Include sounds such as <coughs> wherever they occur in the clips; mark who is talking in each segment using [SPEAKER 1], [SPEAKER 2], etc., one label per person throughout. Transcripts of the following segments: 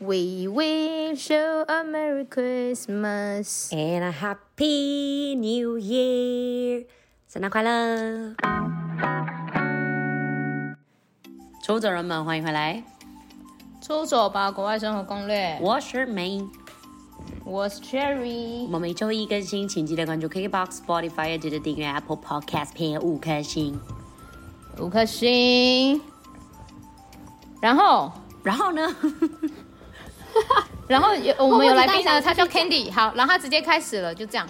[SPEAKER 1] We wish you a Merry Christmas。
[SPEAKER 2] And a happy new year，圣诞快乐！出走人们，欢迎回来，
[SPEAKER 1] 出走吧，国外生活攻略。
[SPEAKER 2] 我是梅。
[SPEAKER 1] 我是
[SPEAKER 2] 我
[SPEAKER 1] Cherry。
[SPEAKER 2] 们每周一更新，请记得关注 KKBOX、Spotify，记得订阅 Apple Podcast，评五颗星。
[SPEAKER 1] 五颗星。然后，
[SPEAKER 2] 然后呢？
[SPEAKER 1] 然后有我们有来宾
[SPEAKER 3] 我
[SPEAKER 1] 呢，
[SPEAKER 3] 们
[SPEAKER 1] 他叫 Candy。好，然后他直接开始了，就这样。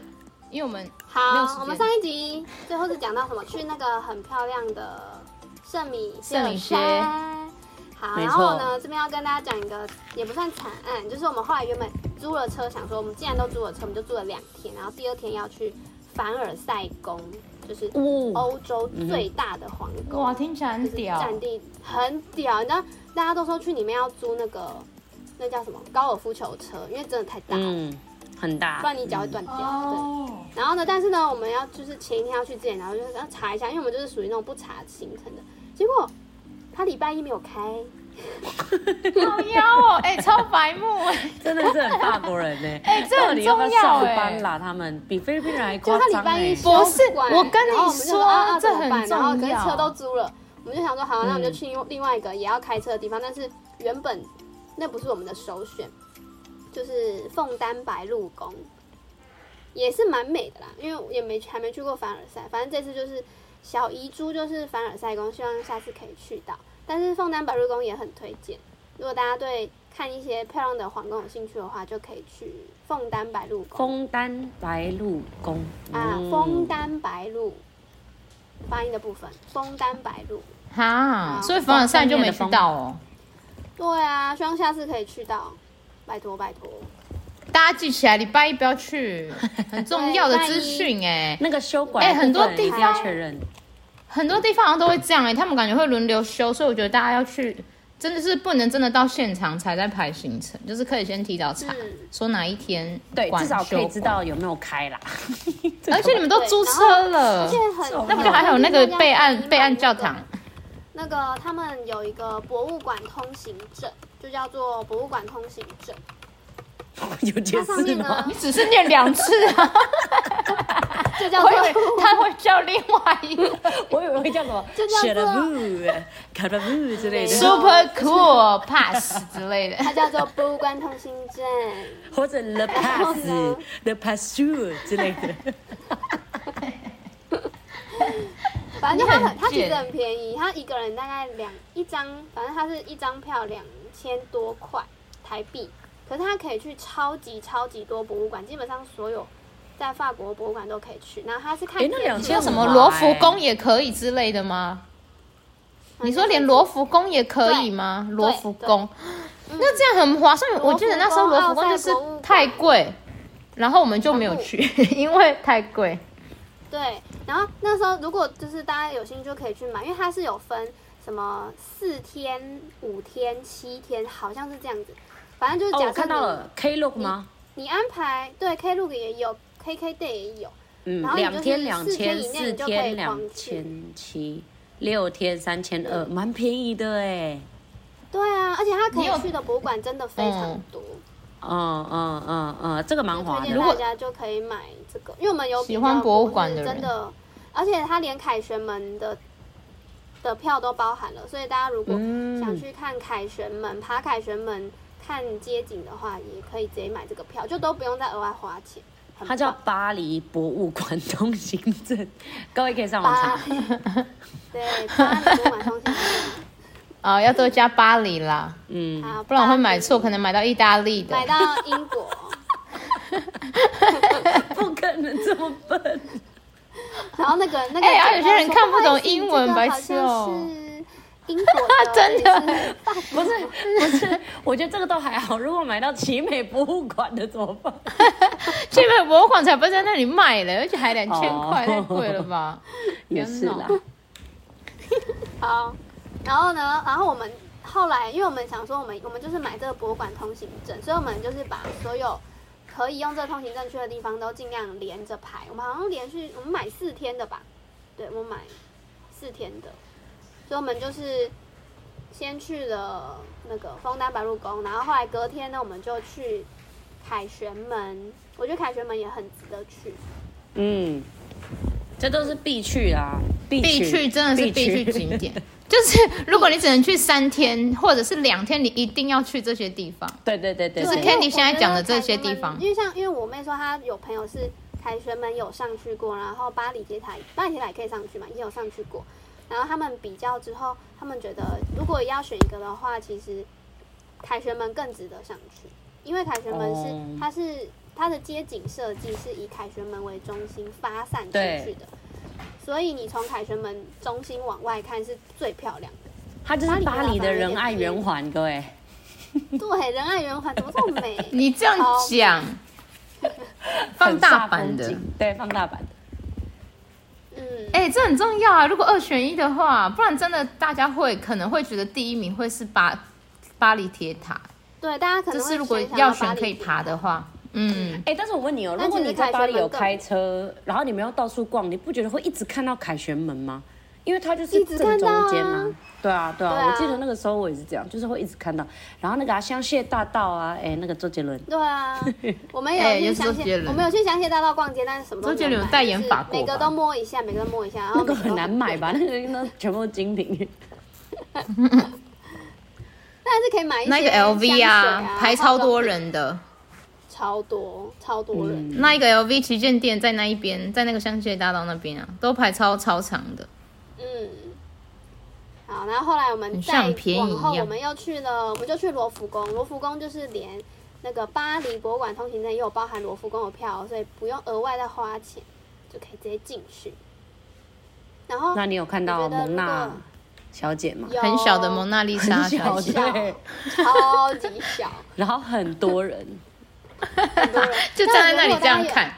[SPEAKER 1] 因为我们没有时间
[SPEAKER 3] 好，我们上一集最后是讲到什么？去那个很漂亮的圣米歇尔山。好，
[SPEAKER 2] 没
[SPEAKER 3] 然
[SPEAKER 2] 错
[SPEAKER 3] 后呢，这边要跟大家讲一个也不算惨案，就是我们后来原本租了车，想说我们既然都租了车，我们就住了两天，然后第二天要去凡尔赛宫，就是
[SPEAKER 2] 哦
[SPEAKER 3] 欧洲最大的皇宫。
[SPEAKER 1] 哇，听起来很
[SPEAKER 3] 就是
[SPEAKER 1] 屌。
[SPEAKER 3] 占地很屌。你知道，大家都说去里面要租那个那叫什么高尔夫球车，因为真的太大了，
[SPEAKER 2] 嗯，很大。
[SPEAKER 3] 不然你脚会断掉。对。
[SPEAKER 1] 哦，
[SPEAKER 3] 然后呢，但是呢，我们要就是前一天要去之前，然后就是要查一下，因为我们就是属于那种不查行程的。结果他礼拜一没有开，
[SPEAKER 1] 好妖哦， <laughs> 哎，超白目。
[SPEAKER 2] <laughs> 真的是很法国人呢、
[SPEAKER 1] 哎这很
[SPEAKER 2] 到底要不
[SPEAKER 1] 重要
[SPEAKER 2] 上
[SPEAKER 1] 哎
[SPEAKER 2] 班啦，他们比菲律宾人还夸
[SPEAKER 3] 就他
[SPEAKER 2] 张
[SPEAKER 3] 礼拜一
[SPEAKER 2] 哎。
[SPEAKER 3] 休
[SPEAKER 1] 欸不是
[SPEAKER 3] 馆
[SPEAKER 1] 我跟你
[SPEAKER 3] 然后们就说，啊、
[SPEAKER 1] 说
[SPEAKER 3] 啊怎么办
[SPEAKER 1] 这很重要
[SPEAKER 3] 然后可是车都租了，我们就想说，好，那我们就去另另外一个也要开车
[SPEAKER 1] 嗯
[SPEAKER 3] 的地方，但是原本那不是我们的首选，就是凤丹白鹿宫。也是蛮美的啦，因为我也没去还没去过凡尔赛，反正这次就是小遗珠就是凡尔赛宫，希望下次可以去到。但是凤丹白鹿宫也很推荐，如果大家对看一些漂亮的皇宫有兴趣的话，就可以去凤丹白鹿宫
[SPEAKER 2] 枫丹白露宫
[SPEAKER 3] 啊，
[SPEAKER 2] 嗯
[SPEAKER 3] 枫丹白露。发音的部分，枫丹白露。
[SPEAKER 1] 哈，所以凡尔赛就没去到哦。
[SPEAKER 3] 对啊，希望下次可以去到，拜托拜托。
[SPEAKER 1] 大家记起来，礼拜一不要去，很重要的资 <laughs> 讯哎。
[SPEAKER 2] 那个修馆
[SPEAKER 1] 哎很多
[SPEAKER 2] 部分
[SPEAKER 1] 地
[SPEAKER 2] 一定要确认。
[SPEAKER 1] 很多地方好像都会这样哎、他们感觉会轮流休，所以我觉得大家要去，真的是不能真的到现场才在排行程，就是可以先提早查，
[SPEAKER 3] 嗯
[SPEAKER 1] 说哪一天
[SPEAKER 2] 对，
[SPEAKER 1] 晚
[SPEAKER 2] 至少可以
[SPEAKER 1] 休
[SPEAKER 2] 知道有没有开啦。
[SPEAKER 1] <laughs> 而且你们都
[SPEAKER 3] 对
[SPEAKER 1] 租
[SPEAKER 3] 然
[SPEAKER 1] 车
[SPEAKER 3] 后
[SPEAKER 1] 了
[SPEAKER 3] 而且，很，
[SPEAKER 1] 那不就还有那个备
[SPEAKER 2] 哦
[SPEAKER 1] 案备案教堂？
[SPEAKER 3] 那个他们有一个博物馆通行证，就叫做博物馆通行证。
[SPEAKER 2] 有件
[SPEAKER 3] 它上
[SPEAKER 2] 事
[SPEAKER 3] 面
[SPEAKER 2] 吗 <laughs>
[SPEAKER 3] 呢？
[SPEAKER 1] 你只是念两次啊？
[SPEAKER 3] 就叫
[SPEAKER 1] 我
[SPEAKER 3] 做
[SPEAKER 1] 以为他会叫另外一
[SPEAKER 2] <laughs>
[SPEAKER 1] 个
[SPEAKER 2] 我以为叫什
[SPEAKER 3] <laughs>
[SPEAKER 2] 么
[SPEAKER 3] 这叫做
[SPEAKER 2] s h a l a b o c a l a b o 之类
[SPEAKER 3] 没
[SPEAKER 2] 的，
[SPEAKER 3] 有
[SPEAKER 1] super cool pass 之类的。
[SPEAKER 3] 它叫做博物馆通行证。
[SPEAKER 2] <laughs> 或者 the
[SPEAKER 3] <laughs> 然后呢
[SPEAKER 2] pass、the pursuit 之类的。
[SPEAKER 3] 反正就它很，
[SPEAKER 1] 你很
[SPEAKER 3] 它其实
[SPEAKER 1] 贱
[SPEAKER 3] 很便宜，它一个人大概两一张，反正它是一张票两千多块台币，可是它可以去超级超级多博物馆，基本上所有在法国博物馆都可以去。然后它是看
[SPEAKER 2] 诶
[SPEAKER 3] 天
[SPEAKER 2] 那
[SPEAKER 3] 气，
[SPEAKER 2] 两千
[SPEAKER 1] 叫什么罗浮宫也可以之类的吗？啊你说连罗浮宫也可以吗？罗浮宫，那这样很划算。我记得那时嗯候罗浮宫就是太贵，然后我们就没有去， <laughs> 因为太贵。
[SPEAKER 3] 对，然后那时候如果就是大家有兴趣就可以去买，因为它是有分什么四天、五天、七天，好像是这样子。反 <laughs> 正就是
[SPEAKER 2] 哦，
[SPEAKER 3] 假
[SPEAKER 2] 我
[SPEAKER 3] 设
[SPEAKER 2] 看
[SPEAKER 3] 你、
[SPEAKER 2] 到了，K look 吗？
[SPEAKER 3] 你安排对 Klook 也有，KK day 也有，
[SPEAKER 2] 嗯
[SPEAKER 3] 然，后你就是
[SPEAKER 2] 两天两
[SPEAKER 3] 四天
[SPEAKER 2] 千，
[SPEAKER 3] 以内
[SPEAKER 2] 四
[SPEAKER 3] 你就可以
[SPEAKER 2] 天两
[SPEAKER 3] 狂去
[SPEAKER 2] 千七，六天三千二，蛮便宜的哎。
[SPEAKER 3] 对啊，而且它可
[SPEAKER 1] 你有
[SPEAKER 3] 以去的博物馆真的非常多，
[SPEAKER 2] 嗯嗯嗯嗯，这个蛮划
[SPEAKER 3] 推
[SPEAKER 2] 的
[SPEAKER 3] 荐。大家就可以买这个，因为我们有比
[SPEAKER 1] 喜欢
[SPEAKER 3] 较
[SPEAKER 1] 博物
[SPEAKER 3] 多
[SPEAKER 1] 馆
[SPEAKER 3] 是
[SPEAKER 1] 的人
[SPEAKER 3] 真的，而且它连凯旋门的的票都包含了，所以大家如果
[SPEAKER 2] 嗯
[SPEAKER 3] 想去看凯旋门、爬凯旋门看街景的话，也可以直接买这个票，就都不用再额外花钱。很
[SPEAKER 2] 它叫
[SPEAKER 3] 棒
[SPEAKER 2] 巴黎博物馆通行证， <laughs> 各位可以上网
[SPEAKER 3] 巴
[SPEAKER 2] 查。
[SPEAKER 3] 黎， <laughs> 对，巴黎博物馆通行证，
[SPEAKER 1] 啊、要多加巴黎啦，
[SPEAKER 2] 嗯，
[SPEAKER 3] 好
[SPEAKER 1] 不然我会买错，
[SPEAKER 3] 巴
[SPEAKER 1] 可能买到意大利
[SPEAKER 3] 黎
[SPEAKER 1] 的。
[SPEAKER 3] 买到英国。
[SPEAKER 2] <laughs> 不可能这么笨。
[SPEAKER 3] <laughs> 然后那个那个，
[SPEAKER 1] 哎然后有些人看不懂英文白痴哦。
[SPEAKER 3] 英国的
[SPEAKER 1] <laughs> 真的
[SPEAKER 3] 类似
[SPEAKER 2] 不是不是，我觉得这个都还好。如果买到奇美博物馆的怎么办？
[SPEAKER 1] 去美博物馆才不会在那里卖嘞，而且还两千块，
[SPEAKER 2] 哦
[SPEAKER 1] 太贵了吧？
[SPEAKER 2] 也是啦，
[SPEAKER 3] 好，然后呢，然后我们后来，因为我们想说，我们我们就是买这个博物馆通行证，所以我们就是把所有可以用这个通行证去的地方都尽量连着排。我们好像连续我们买四天的吧？对，我买四天的，所以我们就是先去了那个枫丹白露宫，然后后来隔天呢，我们就去凯旋门。我觉得凯旋门也很值得去，
[SPEAKER 2] 嗯，这都是必去啊，必
[SPEAKER 1] <laughs> 必去真的是必去景点。就是如果你只能去三天或者是两天，你一定要去这些地方。
[SPEAKER 2] 对对对对，
[SPEAKER 1] 就是
[SPEAKER 2] 对
[SPEAKER 1] Candy
[SPEAKER 3] 因为我
[SPEAKER 1] 现在讲的
[SPEAKER 3] 觉得
[SPEAKER 1] 这些
[SPEAKER 3] 凯旋门
[SPEAKER 1] 地方
[SPEAKER 3] 因为像因为我妹说她有朋友是凯旋门有上去过，然后巴黎铁塔巴黎铁塔也可以上去嘛，也有上去过。然后他们比较之后，他们觉得如果要选一个的话，其实凯旋门更值得上去，因为凯旋门是、
[SPEAKER 2] 哦
[SPEAKER 3] 它是它的街景设计是以凯旋门为中心发散出
[SPEAKER 2] 对
[SPEAKER 3] 去的，所以你从凯旋门中心往外看是最漂亮的。
[SPEAKER 2] 它就是巴黎的仁爱
[SPEAKER 3] 巴黎的
[SPEAKER 2] 圆环，各位。
[SPEAKER 3] 对，仁爱圆环怎么这么美？
[SPEAKER 1] 你这样
[SPEAKER 3] 好
[SPEAKER 1] 讲，放大版
[SPEAKER 2] 很煞风
[SPEAKER 1] 的
[SPEAKER 2] 景，，对，放大版的。
[SPEAKER 3] 嗯，
[SPEAKER 1] 哎、这很重要啊！如果二选一的话，不然真的大家会可能会觉得第一名会是巴巴黎铁塔，
[SPEAKER 3] 对，大家可
[SPEAKER 1] 就
[SPEAKER 3] 能
[SPEAKER 1] 是
[SPEAKER 3] 会
[SPEAKER 1] 如果
[SPEAKER 3] 先想
[SPEAKER 1] 要
[SPEAKER 3] 到巴
[SPEAKER 1] 选
[SPEAKER 3] 黎
[SPEAKER 1] 可以
[SPEAKER 3] 铁
[SPEAKER 1] 爬的话，嗯，
[SPEAKER 2] 哎、但是我问你哦、
[SPEAKER 3] 但
[SPEAKER 2] 如果
[SPEAKER 3] 其实
[SPEAKER 2] 你在巴黎有
[SPEAKER 3] 凯旋门更
[SPEAKER 2] 开车，然后你们要到处逛，你不觉得会一直看到凯旋门吗？因为它就是
[SPEAKER 3] 一直
[SPEAKER 2] 正
[SPEAKER 3] 看到啊
[SPEAKER 2] 中间嘛。对啊，对啊，
[SPEAKER 3] 对啊
[SPEAKER 2] 我记得那个时候我也是这样，就是会一直看到。然后那个、啊、香榭大道啊，哎、那个周杰伦，
[SPEAKER 1] <laughs>
[SPEAKER 3] 对啊，我们有
[SPEAKER 1] 哎也是
[SPEAKER 3] 去
[SPEAKER 1] 周
[SPEAKER 3] 香
[SPEAKER 1] 杰
[SPEAKER 3] 榭，
[SPEAKER 1] 伦
[SPEAKER 3] 我们有去香榭大道逛街，但是什么都
[SPEAKER 1] 周杰伦
[SPEAKER 3] 没有
[SPEAKER 1] 有
[SPEAKER 3] 买
[SPEAKER 1] 代言
[SPEAKER 3] 就是
[SPEAKER 1] 法过
[SPEAKER 3] 每个
[SPEAKER 1] 吧
[SPEAKER 3] 都摸一下，每个都摸一下，然后
[SPEAKER 2] 那个
[SPEAKER 3] 每都
[SPEAKER 2] 很难买吧？ <laughs>
[SPEAKER 3] 贵
[SPEAKER 2] 那个那全部都精品。
[SPEAKER 3] 但是可以买一些
[SPEAKER 1] 那个
[SPEAKER 3] 香
[SPEAKER 1] LV
[SPEAKER 3] 水
[SPEAKER 1] 啊，
[SPEAKER 3] 啊，
[SPEAKER 1] 排超多
[SPEAKER 3] 化妆品，
[SPEAKER 1] 人嗯的，
[SPEAKER 3] 超多超多人，
[SPEAKER 1] 那一个 LV 旗舰店在那一边，在那个香榭大道那边啊，都排超超长的。
[SPEAKER 3] 嗯。好，然后后来我们
[SPEAKER 1] 很
[SPEAKER 3] 再
[SPEAKER 1] 像便宜
[SPEAKER 3] 往后，
[SPEAKER 1] 一样
[SPEAKER 3] 我们又去了，我们就去罗浮宫。罗浮宫就是连那个巴黎博物馆通行证也有包含罗浮宫的票，所以不用额外再花钱就可以直接进去。然后
[SPEAKER 2] 那你有看
[SPEAKER 3] 我
[SPEAKER 2] 到
[SPEAKER 3] 觉得
[SPEAKER 2] 蒙
[SPEAKER 3] 如
[SPEAKER 2] 娜
[SPEAKER 3] 果
[SPEAKER 2] 小姐吗？
[SPEAKER 3] 有
[SPEAKER 1] 很小的蒙娜丽莎
[SPEAKER 2] 很小
[SPEAKER 1] 小姐，
[SPEAKER 3] 小
[SPEAKER 2] 对，
[SPEAKER 3] 超级小，
[SPEAKER 2] <laughs> 然后很多人，
[SPEAKER 3] 很多人
[SPEAKER 1] <laughs> 就站在那里这样。看。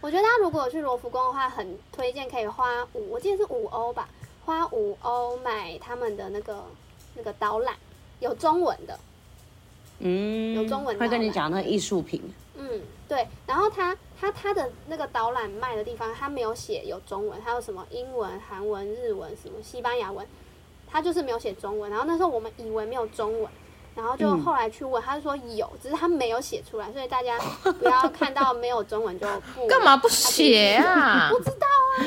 [SPEAKER 3] 我觉得大家如果有去罗浮宫的话，很推荐可以花五，我记得是五欧吧，花五欧买他们的那个那个导览，有中文的，
[SPEAKER 2] 嗯，
[SPEAKER 3] <laughs> 有中文
[SPEAKER 2] 会跟你
[SPEAKER 3] 导览
[SPEAKER 2] 讲那个艺术品，
[SPEAKER 3] 嗯，对。然后他他他的那个导览卖的地方，他没有写有中文，还有什么英文、韩文、日文、什么西班牙文，他就是没有写中文。然后那时候我们以为没有中文，然后就
[SPEAKER 2] 嗯
[SPEAKER 3] 后来去问，他就说有，
[SPEAKER 1] 嗯
[SPEAKER 3] 只是他没有写出来，所以大家不要看到没有中文就不
[SPEAKER 1] 干嘛不写啊
[SPEAKER 3] <laughs> 不？知道啊，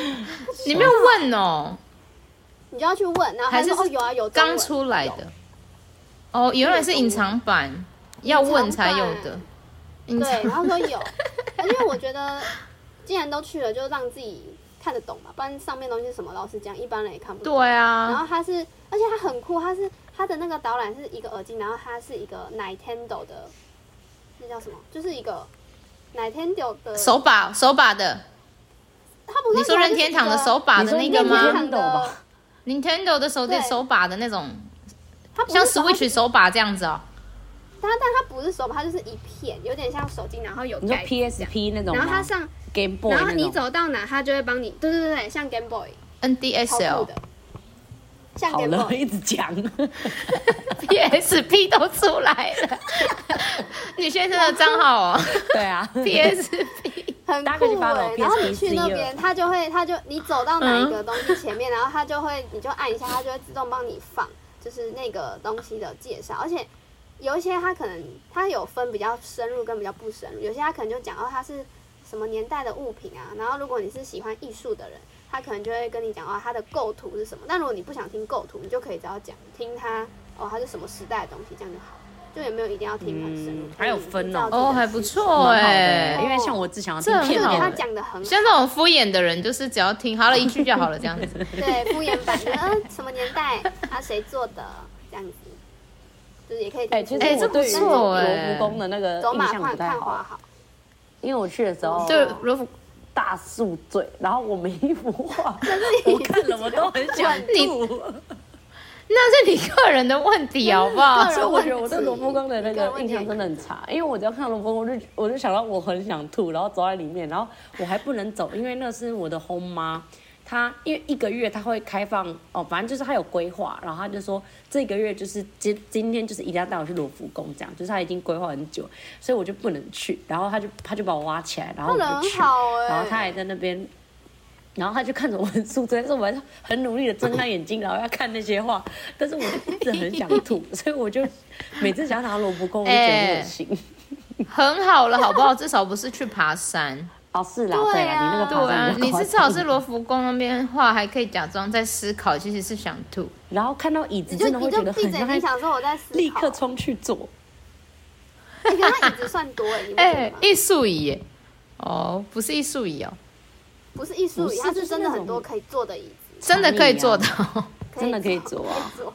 [SPEAKER 1] 你没有问哦，
[SPEAKER 3] 你就要去问。然后他
[SPEAKER 1] 还是
[SPEAKER 3] 说哦有啊有中文
[SPEAKER 1] 刚出来的。哦，原来是隐藏版，要问才有的。隐
[SPEAKER 3] 对，然
[SPEAKER 1] 藏
[SPEAKER 3] 后说有，因为我觉得既然都去了，就让自己看得懂嘛，不然上面东西是什么，老实讲，一般人也看不懂。
[SPEAKER 1] <laughs> 对
[SPEAKER 3] 然
[SPEAKER 1] 啊，
[SPEAKER 3] 后它是，而且它很酷，它是它的那个导览是一个耳机，然后它是一个 Nintendo 的，那叫什么？就是一个 Nintendo 的
[SPEAKER 1] 手，把手把的，
[SPEAKER 3] 它不是
[SPEAKER 1] 你说任天堂的手把的那个
[SPEAKER 2] 你说任
[SPEAKER 1] 吗
[SPEAKER 2] 天堂的吧
[SPEAKER 1] ？Nintendo 的手
[SPEAKER 3] 对
[SPEAKER 1] 手把的那种，
[SPEAKER 3] 它不是
[SPEAKER 1] 像
[SPEAKER 3] 手把
[SPEAKER 1] Switch 手把这样子哦。
[SPEAKER 3] 它但它不是手把，它就是一片，有点像手机，然后有
[SPEAKER 2] 你说
[SPEAKER 3] 盖子
[SPEAKER 2] PSP 那种吗，
[SPEAKER 3] 然后它上，
[SPEAKER 2] Game Boy
[SPEAKER 3] 然后你
[SPEAKER 2] 那种，
[SPEAKER 3] 走到哪，它就会帮你，对对对对，像 Game Boy，超酷
[SPEAKER 1] NDSL
[SPEAKER 3] 的，像
[SPEAKER 2] 哦好
[SPEAKER 3] Game
[SPEAKER 2] 了，
[SPEAKER 3] Boy，
[SPEAKER 2] <laughs> 一直讲。
[SPEAKER 1] PSP 都出来了， <laughs> 你先生的账号哦
[SPEAKER 2] 对
[SPEAKER 3] <laughs>
[SPEAKER 2] 啊，
[SPEAKER 1] ，PSP
[SPEAKER 3] 很
[SPEAKER 2] 大家
[SPEAKER 3] 酷
[SPEAKER 2] 可以去
[SPEAKER 3] 哎、
[SPEAKER 2] follow
[SPEAKER 3] 然后你
[SPEAKER 2] PSP
[SPEAKER 3] 去那边，它就会，它就你走到哪一个
[SPEAKER 1] 嗯
[SPEAKER 3] 东西前面，然后它就会，你就按一下，它就会自动帮你放，就是那个东西的介绍。而且有一些它可能它有分比较深入跟比较不深入，有些它可能就讲到它是什么年代的物品啊。然后如果你是喜欢艺术的人，他可能就会跟你讲哦，它的构图是什么。但如果你不想听构图，你就可以只要讲听它哦，它是什么时代的东西，这样就好了，就也没有一定要听很深入。
[SPEAKER 2] 嗯还有分哦
[SPEAKER 3] 就是你知道自己的
[SPEAKER 1] 哦，还不
[SPEAKER 3] 需求
[SPEAKER 1] 错
[SPEAKER 2] 蛮好的
[SPEAKER 1] 哎、
[SPEAKER 2] 因为像我只想要
[SPEAKER 1] 这
[SPEAKER 2] 听
[SPEAKER 1] 很
[SPEAKER 3] 就
[SPEAKER 2] 片
[SPEAKER 3] 是
[SPEAKER 1] 好
[SPEAKER 3] 他
[SPEAKER 2] 面，
[SPEAKER 3] 讲的很好。
[SPEAKER 1] 像这种敷衍的人，就是只要听好了一句就好了，这样
[SPEAKER 3] <laughs>
[SPEAKER 1] 子。
[SPEAKER 3] 对，敷衍版的，呃，什么年代啊，谁做的这样子，就是也可以听
[SPEAKER 2] 哎、其
[SPEAKER 3] 出来
[SPEAKER 1] 哎
[SPEAKER 2] 实我
[SPEAKER 1] 这不
[SPEAKER 2] 对于那个
[SPEAKER 1] 错
[SPEAKER 2] 罗
[SPEAKER 1] 哎
[SPEAKER 2] 浮宫的那个
[SPEAKER 3] 走
[SPEAKER 2] 印
[SPEAKER 3] 马
[SPEAKER 2] 象不
[SPEAKER 3] 看
[SPEAKER 2] 太
[SPEAKER 3] 看花
[SPEAKER 2] 好，
[SPEAKER 3] 好，
[SPEAKER 2] 因为我去的时
[SPEAKER 3] 哦
[SPEAKER 2] 候
[SPEAKER 1] 就罗浮，
[SPEAKER 2] 大宿醉，然后我每一幅 <laughs> 画，我看了我都很想吐，
[SPEAKER 1] 那是你个人的问 <laughs> 题，好不好
[SPEAKER 3] 个？人
[SPEAKER 2] 所以我觉得我对罗浮宫的那个印象真的很差，因为我只要看到罗浮宫，我就我就想到我很想吐，然后走在里面，然后我还不能走，因为那是我的 home 妈。她因为一个月她会开放哦，反正就是她有规划，然后她就说这个月就是今今天就是一定要带我去罗浮宫这样，就是她已经规划很久，所以我就不能去，然后她就她就把我挖起来，然后我
[SPEAKER 3] 他
[SPEAKER 2] 就
[SPEAKER 3] 人很
[SPEAKER 2] 去，
[SPEAKER 3] 好哎、
[SPEAKER 2] 然后她还在那边然后他就看着我很书，但是我还是很努力的睁开眼睛，然后要看那些
[SPEAKER 3] <laughs>
[SPEAKER 2] 画，但是我就一直很想吐，所以我就每次想要拿萝卜公，我就
[SPEAKER 3] 哎
[SPEAKER 2] 觉得恶心。
[SPEAKER 1] 很好了，好不好？至少不是去爬山。
[SPEAKER 2] 哦，是啦，
[SPEAKER 3] 对
[SPEAKER 2] 对啦，
[SPEAKER 3] 啊
[SPEAKER 2] 你
[SPEAKER 1] <laughs>
[SPEAKER 2] 那个
[SPEAKER 1] 对
[SPEAKER 2] 爬山
[SPEAKER 1] 啊，
[SPEAKER 2] 比较
[SPEAKER 1] 你
[SPEAKER 2] 夸
[SPEAKER 1] 至少
[SPEAKER 2] 张
[SPEAKER 1] 是罗浮宫那边画，还可以假装在思考，其实是想吐。
[SPEAKER 2] <laughs> 然后看到椅
[SPEAKER 3] 你
[SPEAKER 2] 子
[SPEAKER 3] 就
[SPEAKER 2] 真的
[SPEAKER 3] 你
[SPEAKER 2] 会
[SPEAKER 3] 就
[SPEAKER 2] 觉得
[SPEAKER 3] 闭
[SPEAKER 2] 很
[SPEAKER 3] 着
[SPEAKER 2] 像
[SPEAKER 3] 眼
[SPEAKER 2] 在
[SPEAKER 3] 睛想说我在思考，
[SPEAKER 2] 立刻冲去坐。
[SPEAKER 3] 哎可是它椅子算多哎，你不觉得
[SPEAKER 1] 哎
[SPEAKER 3] 吗，？
[SPEAKER 1] 艺术椅耶，哦，不是艺术椅哦，
[SPEAKER 3] 不是艺术椅，
[SPEAKER 2] 不是
[SPEAKER 3] 它
[SPEAKER 2] 就是是
[SPEAKER 3] 真的
[SPEAKER 2] 那
[SPEAKER 3] 很
[SPEAKER 2] 种
[SPEAKER 3] 多可以坐的椅子，
[SPEAKER 1] 真的可以做到
[SPEAKER 2] 长。真的可以
[SPEAKER 3] 坐
[SPEAKER 2] 坐啊
[SPEAKER 3] 可以坐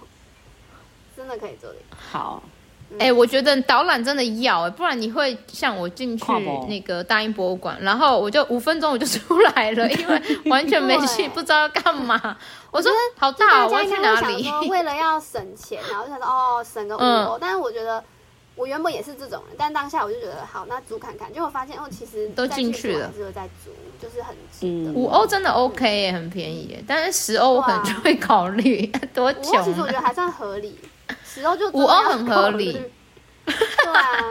[SPEAKER 3] 真的可以坐的椅子。
[SPEAKER 2] 好，
[SPEAKER 1] <laughs> 哎、我觉得导览真的要、欸，不然你会像我进去
[SPEAKER 2] 跨博
[SPEAKER 1] 那个大英博物馆，然后我就五分钟我就出来了，因为完全没
[SPEAKER 3] 对
[SPEAKER 1] <laughs> 戏，不知道要干嘛。我说好
[SPEAKER 2] 啊
[SPEAKER 3] 就
[SPEAKER 1] 大、
[SPEAKER 3] 大
[SPEAKER 1] 哦，我
[SPEAKER 3] 家
[SPEAKER 1] 要
[SPEAKER 3] 应
[SPEAKER 1] 去
[SPEAKER 3] 该
[SPEAKER 1] 哪
[SPEAKER 3] 会想说，
[SPEAKER 1] 里？
[SPEAKER 3] 为了要省钱，然后就想说哦，省个五
[SPEAKER 1] 嗯
[SPEAKER 3] 欧。但是我觉得我原本也是这种人，但当下我就觉得好，那租看看。结果发现哦，其实
[SPEAKER 1] 都
[SPEAKER 3] 再
[SPEAKER 1] 进
[SPEAKER 3] 去
[SPEAKER 1] 去
[SPEAKER 3] 住
[SPEAKER 1] 了
[SPEAKER 3] 还是会再租，就是很值得。
[SPEAKER 2] 嗯
[SPEAKER 1] 五欧真的 OK 耶、很便宜耶、但是十欧我可能就会考虑多
[SPEAKER 3] 五欧其
[SPEAKER 1] 穷
[SPEAKER 3] 实我觉得
[SPEAKER 1] 啊。
[SPEAKER 3] 还算合理，十欧就真的
[SPEAKER 1] 五欧
[SPEAKER 3] 要
[SPEAKER 1] 很合
[SPEAKER 3] 考虑
[SPEAKER 1] 理。
[SPEAKER 3] 对
[SPEAKER 1] <laughs>
[SPEAKER 3] 啊，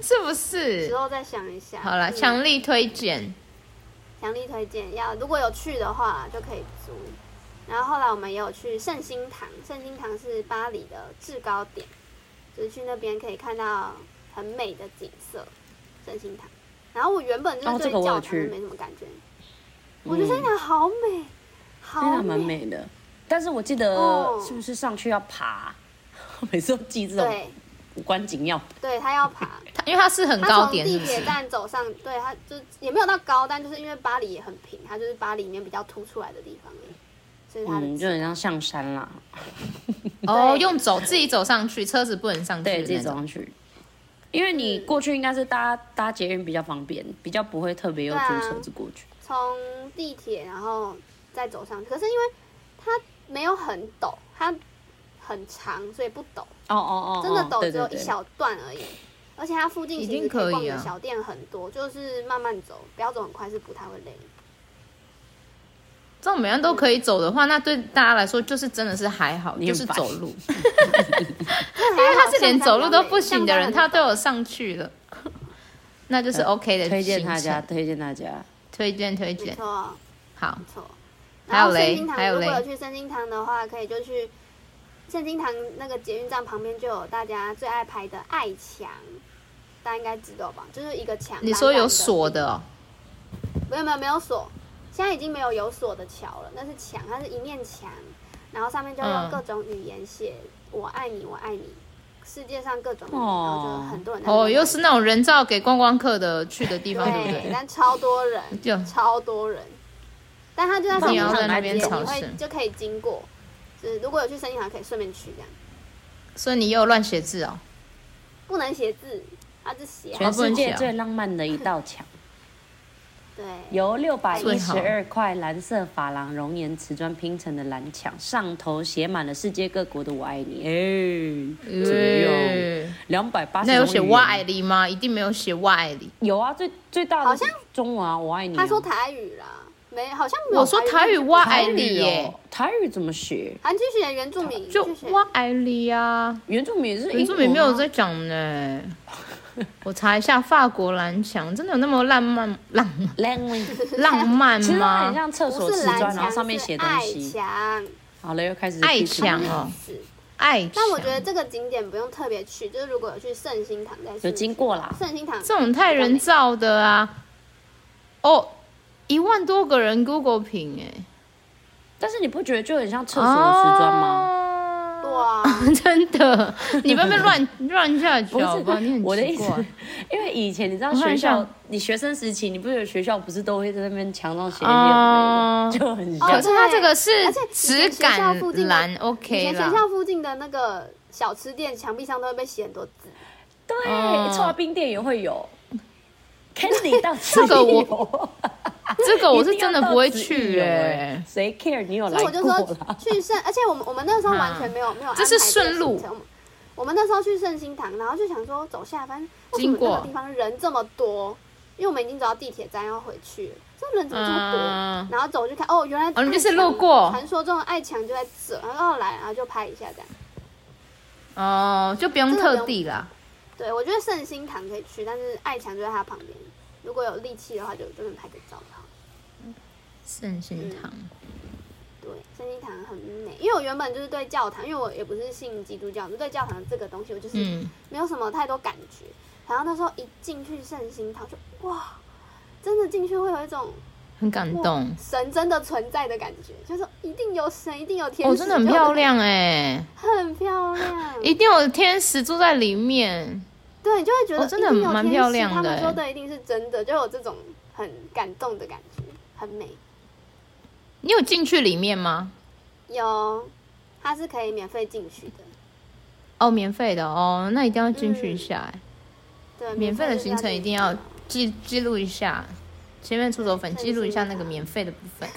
[SPEAKER 1] 是不
[SPEAKER 3] 十
[SPEAKER 1] 是？
[SPEAKER 3] 欧再想一下。
[SPEAKER 1] 好了，
[SPEAKER 3] 嗯
[SPEAKER 1] 强力推荐。
[SPEAKER 3] 强力推荐，要如果有去的话啦就可以租。然后后来我们也有去圣心堂，圣心堂是巴黎的制高点，就是去那边可以看到很美的景色，圣心堂。然后我原本就是
[SPEAKER 2] 哦
[SPEAKER 3] 对
[SPEAKER 2] 这个我
[SPEAKER 3] 教
[SPEAKER 2] 有
[SPEAKER 3] 堂就
[SPEAKER 2] 去嗯
[SPEAKER 3] 没什么感觉，我觉得圣心堂好美，
[SPEAKER 2] 真
[SPEAKER 3] 好嗯
[SPEAKER 2] 的蛮美的。但是我记得
[SPEAKER 3] 哦
[SPEAKER 2] 是不是上去要爬？ <laughs> 我每次都记这种
[SPEAKER 3] 对
[SPEAKER 2] 观景要
[SPEAKER 3] 对，他要爬，
[SPEAKER 1] 它因为它是很
[SPEAKER 3] 他
[SPEAKER 1] 高
[SPEAKER 3] 从
[SPEAKER 1] 点，
[SPEAKER 3] 地
[SPEAKER 1] 是不是
[SPEAKER 3] 铁？站走上，对，他就也没有到高，但就是因为巴黎也很平，它就是巴黎里面比较凸出来的地方而已，所以它的
[SPEAKER 2] 嗯，就很像上山啦，
[SPEAKER 1] 哦，
[SPEAKER 3] 对
[SPEAKER 1] 用走自己走上去，车子不能上去的
[SPEAKER 2] 对，
[SPEAKER 1] 那
[SPEAKER 2] 自己走
[SPEAKER 1] 种。
[SPEAKER 2] 上去。因为你
[SPEAKER 3] 嗯
[SPEAKER 2] 过去应该是搭搭捷运比较方便，比较不会特别又
[SPEAKER 3] 对啊
[SPEAKER 2] 租车子过去。
[SPEAKER 3] 从地铁然后再走上去，可是因为它没有很陡，它很长，所以不陡，
[SPEAKER 2] 哦哦哦，
[SPEAKER 3] 真的
[SPEAKER 2] 哦
[SPEAKER 3] 陡
[SPEAKER 2] 对
[SPEAKER 3] 只有
[SPEAKER 2] 对
[SPEAKER 3] 一
[SPEAKER 2] 对，
[SPEAKER 3] 小段而已。而且它附近
[SPEAKER 1] 一
[SPEAKER 3] 其
[SPEAKER 1] 定
[SPEAKER 3] 实
[SPEAKER 1] 可以
[SPEAKER 3] 以逛的
[SPEAKER 1] 啊
[SPEAKER 3] 小店很多，就是慢慢走，不要走很快，是不太会累。
[SPEAKER 1] 这种每样都可以走的话，那对大家来说就是真的是还好，
[SPEAKER 2] 你
[SPEAKER 1] 就
[SPEAKER 2] 很
[SPEAKER 1] 是
[SPEAKER 2] 烦
[SPEAKER 1] 走路。
[SPEAKER 3] 因
[SPEAKER 1] <laughs> 因为他是连走路都不行的人，他都有上去了，那就是 OK 的行程。
[SPEAKER 2] 呃推荐大家，推荐大家。
[SPEAKER 1] 推荐推
[SPEAKER 3] 没
[SPEAKER 1] 荐。
[SPEAKER 3] 错
[SPEAKER 1] 好，
[SPEAKER 3] 没错。
[SPEAKER 1] 还有
[SPEAKER 3] 然后圣
[SPEAKER 1] 嘞
[SPEAKER 3] 经
[SPEAKER 1] 还
[SPEAKER 3] 堂
[SPEAKER 1] 有
[SPEAKER 3] 如果
[SPEAKER 1] 嘞
[SPEAKER 3] 有去圣经堂的话，可以就去圣经堂那个捷运站旁边就有大家最爱拍的爱墙，大家应该知道吧？就是一个墙，
[SPEAKER 1] 你说
[SPEAKER 3] 蓝蓝
[SPEAKER 1] 有
[SPEAKER 3] 的嗯
[SPEAKER 1] 锁的哦，
[SPEAKER 3] 没有没有没有锁，现在已经没有有锁的桥了，那是墙，它是一面墙，然后上面就用
[SPEAKER 1] 嗯
[SPEAKER 3] 各种语言写“我爱你，我爱你”，世界上各种语言，
[SPEAKER 2] 哦
[SPEAKER 3] 然后就很多人在那边
[SPEAKER 1] 哦，又是那种人造给观光客的去的地方，对不
[SPEAKER 3] 对，
[SPEAKER 1] 对？
[SPEAKER 3] 但超多人，
[SPEAKER 1] 就
[SPEAKER 3] 超多人，但他就在上
[SPEAKER 1] 你
[SPEAKER 3] 面
[SPEAKER 1] 要在那边
[SPEAKER 3] 你
[SPEAKER 1] 朝
[SPEAKER 3] 会
[SPEAKER 1] 圣
[SPEAKER 3] 就可以经过，就是如果有去生意行可以顺便去这样，
[SPEAKER 1] 所以你又乱写字哦。
[SPEAKER 3] 不能写字，它是写
[SPEAKER 2] 全世界
[SPEAKER 1] 啊
[SPEAKER 2] 最浪漫的一道墙，
[SPEAKER 3] 对，
[SPEAKER 2] 由六百
[SPEAKER 1] 最
[SPEAKER 2] 一
[SPEAKER 1] 好
[SPEAKER 2] 十二块蓝色珐琅熔岩瓷砖拼成的蓝墙，上头写满了世界各国的“我爱你”。哎，怎么样？
[SPEAKER 1] 呃
[SPEAKER 2] 两百八十。
[SPEAKER 1] 那有写哇爱你吗？一定没有写哇爱你。
[SPEAKER 2] 有啊，最最大的
[SPEAKER 3] 好像
[SPEAKER 2] 中文啊，“我爱你”啊。
[SPEAKER 3] 他说台语啦，没好像没有
[SPEAKER 1] 我说台语哇爱
[SPEAKER 2] 台
[SPEAKER 1] 你
[SPEAKER 2] 语
[SPEAKER 1] 耶
[SPEAKER 2] 哦，，台语怎么写？
[SPEAKER 3] 韩剧选原住民
[SPEAKER 1] 就
[SPEAKER 3] 去选
[SPEAKER 1] 哇爱你啊。
[SPEAKER 2] 原住民也是
[SPEAKER 1] 原住民
[SPEAKER 2] 英
[SPEAKER 1] 没
[SPEAKER 2] 文啊
[SPEAKER 1] 有在讲呢。 <laughs> 我查一下法国蓝墙，真的有那么浪漫浪
[SPEAKER 3] <laughs>
[SPEAKER 2] language，
[SPEAKER 1] 浪漫
[SPEAKER 2] 其实它很
[SPEAKER 1] 吗？
[SPEAKER 2] 像厕
[SPEAKER 3] 嗯不
[SPEAKER 2] 所
[SPEAKER 3] 是
[SPEAKER 2] 瓷
[SPEAKER 3] 蓝
[SPEAKER 2] 砖，然
[SPEAKER 3] 墙，
[SPEAKER 2] 后上面
[SPEAKER 3] 是
[SPEAKER 2] 写东
[SPEAKER 3] 爱
[SPEAKER 2] 西。
[SPEAKER 3] 墙，
[SPEAKER 2] 好了，又开始
[SPEAKER 1] 爱
[SPEAKER 2] 批评
[SPEAKER 1] 墙哦，
[SPEAKER 3] 是。
[SPEAKER 1] 爱墙。
[SPEAKER 3] 但我觉得这个景点不用特别去，就是如果有去圣心堂再去
[SPEAKER 2] 有经过啦。
[SPEAKER 3] 圣心堂，
[SPEAKER 1] 这种太人造的啊！哦，一万多个人 Google 评哎、
[SPEAKER 2] 但是你不觉得就很像厕所的瓷砖
[SPEAKER 1] 哦
[SPEAKER 2] 吗？
[SPEAKER 1] 吗？
[SPEAKER 3] 哇，
[SPEAKER 1] 啊 <laughs> 真的，你不要被
[SPEAKER 2] <laughs>
[SPEAKER 1] 乱乱下
[SPEAKER 2] 不
[SPEAKER 1] 脚吧？你
[SPEAKER 2] 是
[SPEAKER 1] 很
[SPEAKER 2] <laughs> 我的
[SPEAKER 1] 奇
[SPEAKER 2] 意思
[SPEAKER 1] 怪，
[SPEAKER 2] 因为以前你知道
[SPEAKER 1] 我看
[SPEAKER 2] 学
[SPEAKER 1] 一下
[SPEAKER 2] 校，你学生时期，你不觉得学校不是都会在那边墙上写一些
[SPEAKER 1] 哦
[SPEAKER 2] 有的没的，就很
[SPEAKER 1] 可
[SPEAKER 2] 像
[SPEAKER 1] 是。它这个是
[SPEAKER 3] 而且以
[SPEAKER 1] 质
[SPEAKER 3] 前学校
[SPEAKER 1] 感
[SPEAKER 3] 附近的
[SPEAKER 1] 栏
[SPEAKER 3] 以
[SPEAKER 1] OK
[SPEAKER 3] 前
[SPEAKER 1] 啦
[SPEAKER 3] 学。校附近的那个小吃店墙壁上都会被写很多字，
[SPEAKER 2] 对，
[SPEAKER 1] 哦
[SPEAKER 2] 刨冰店也会有。Candy 到
[SPEAKER 1] <laughs> 这个我
[SPEAKER 2] 我
[SPEAKER 1] 啊这个我是真的不会去
[SPEAKER 3] 哦
[SPEAKER 1] 哎、
[SPEAKER 2] 欸谁 care 你有
[SPEAKER 3] 所
[SPEAKER 2] 来
[SPEAKER 3] 以我就
[SPEAKER 2] 过
[SPEAKER 3] 说
[SPEAKER 2] 啦？
[SPEAKER 3] 去圣，而且我们我们那时候完全没有、没有安排
[SPEAKER 1] 这是
[SPEAKER 3] 个
[SPEAKER 1] 顺路
[SPEAKER 3] 行程我们我们那时候去圣心堂，然后就想说走下，反正为什
[SPEAKER 1] 经
[SPEAKER 3] 么
[SPEAKER 1] 过
[SPEAKER 3] 那个地方人这么多？因为我们已经走到地铁站要回去了，这人怎么这么多？
[SPEAKER 1] 嗯，
[SPEAKER 3] 然后走去看，哦，原来
[SPEAKER 1] 哦你们
[SPEAKER 3] 爱
[SPEAKER 1] 是
[SPEAKER 3] 墙
[SPEAKER 1] 路过
[SPEAKER 3] 传说中的爱墙就在这，然后哦来，然后就拍一下这样。
[SPEAKER 1] 哦，就不用特地啦。
[SPEAKER 3] 对，我觉得圣心堂可以去，但是爱墙就在它旁边，如果有力气的话就，就真的拍个照就好。
[SPEAKER 1] 圣心
[SPEAKER 3] 嗯
[SPEAKER 1] 堂。
[SPEAKER 3] 对，圣心堂很美，因为我原本就是对教堂，因为我也不是信基督教，就对教堂这个东西我就是
[SPEAKER 1] 嗯，
[SPEAKER 3] 没有什么太多感觉。然后那时候一进去圣心堂就哇，真的进去会有一种
[SPEAKER 1] 很感
[SPEAKER 3] 哇
[SPEAKER 1] 动。
[SPEAKER 3] 神真的存在的感觉，就是一定有神，一定有天使，嗯
[SPEAKER 1] 哦，真的很漂，亮哎、
[SPEAKER 3] 很漂亮，
[SPEAKER 1] 一定有天使住在里面。
[SPEAKER 3] 对，就会觉得、
[SPEAKER 1] 哦真的很蛮漂亮的
[SPEAKER 3] 他们
[SPEAKER 1] 欸
[SPEAKER 3] 说的一定是真的，就有这种很感动的感觉，很美。
[SPEAKER 1] 你有进去里面吗？
[SPEAKER 3] 有，它是可以免费进去的，
[SPEAKER 1] 哦，免费的哦，那一定要进
[SPEAKER 3] 嗯
[SPEAKER 1] 去一下哎、
[SPEAKER 3] 对，
[SPEAKER 1] 免费的
[SPEAKER 3] 就是
[SPEAKER 1] 行程一定
[SPEAKER 3] 在
[SPEAKER 1] 要
[SPEAKER 3] 这里
[SPEAKER 1] 记记录一下，前面出手粉
[SPEAKER 3] 圣
[SPEAKER 1] 记录一下那个
[SPEAKER 3] 心堂
[SPEAKER 1] 免费的部分。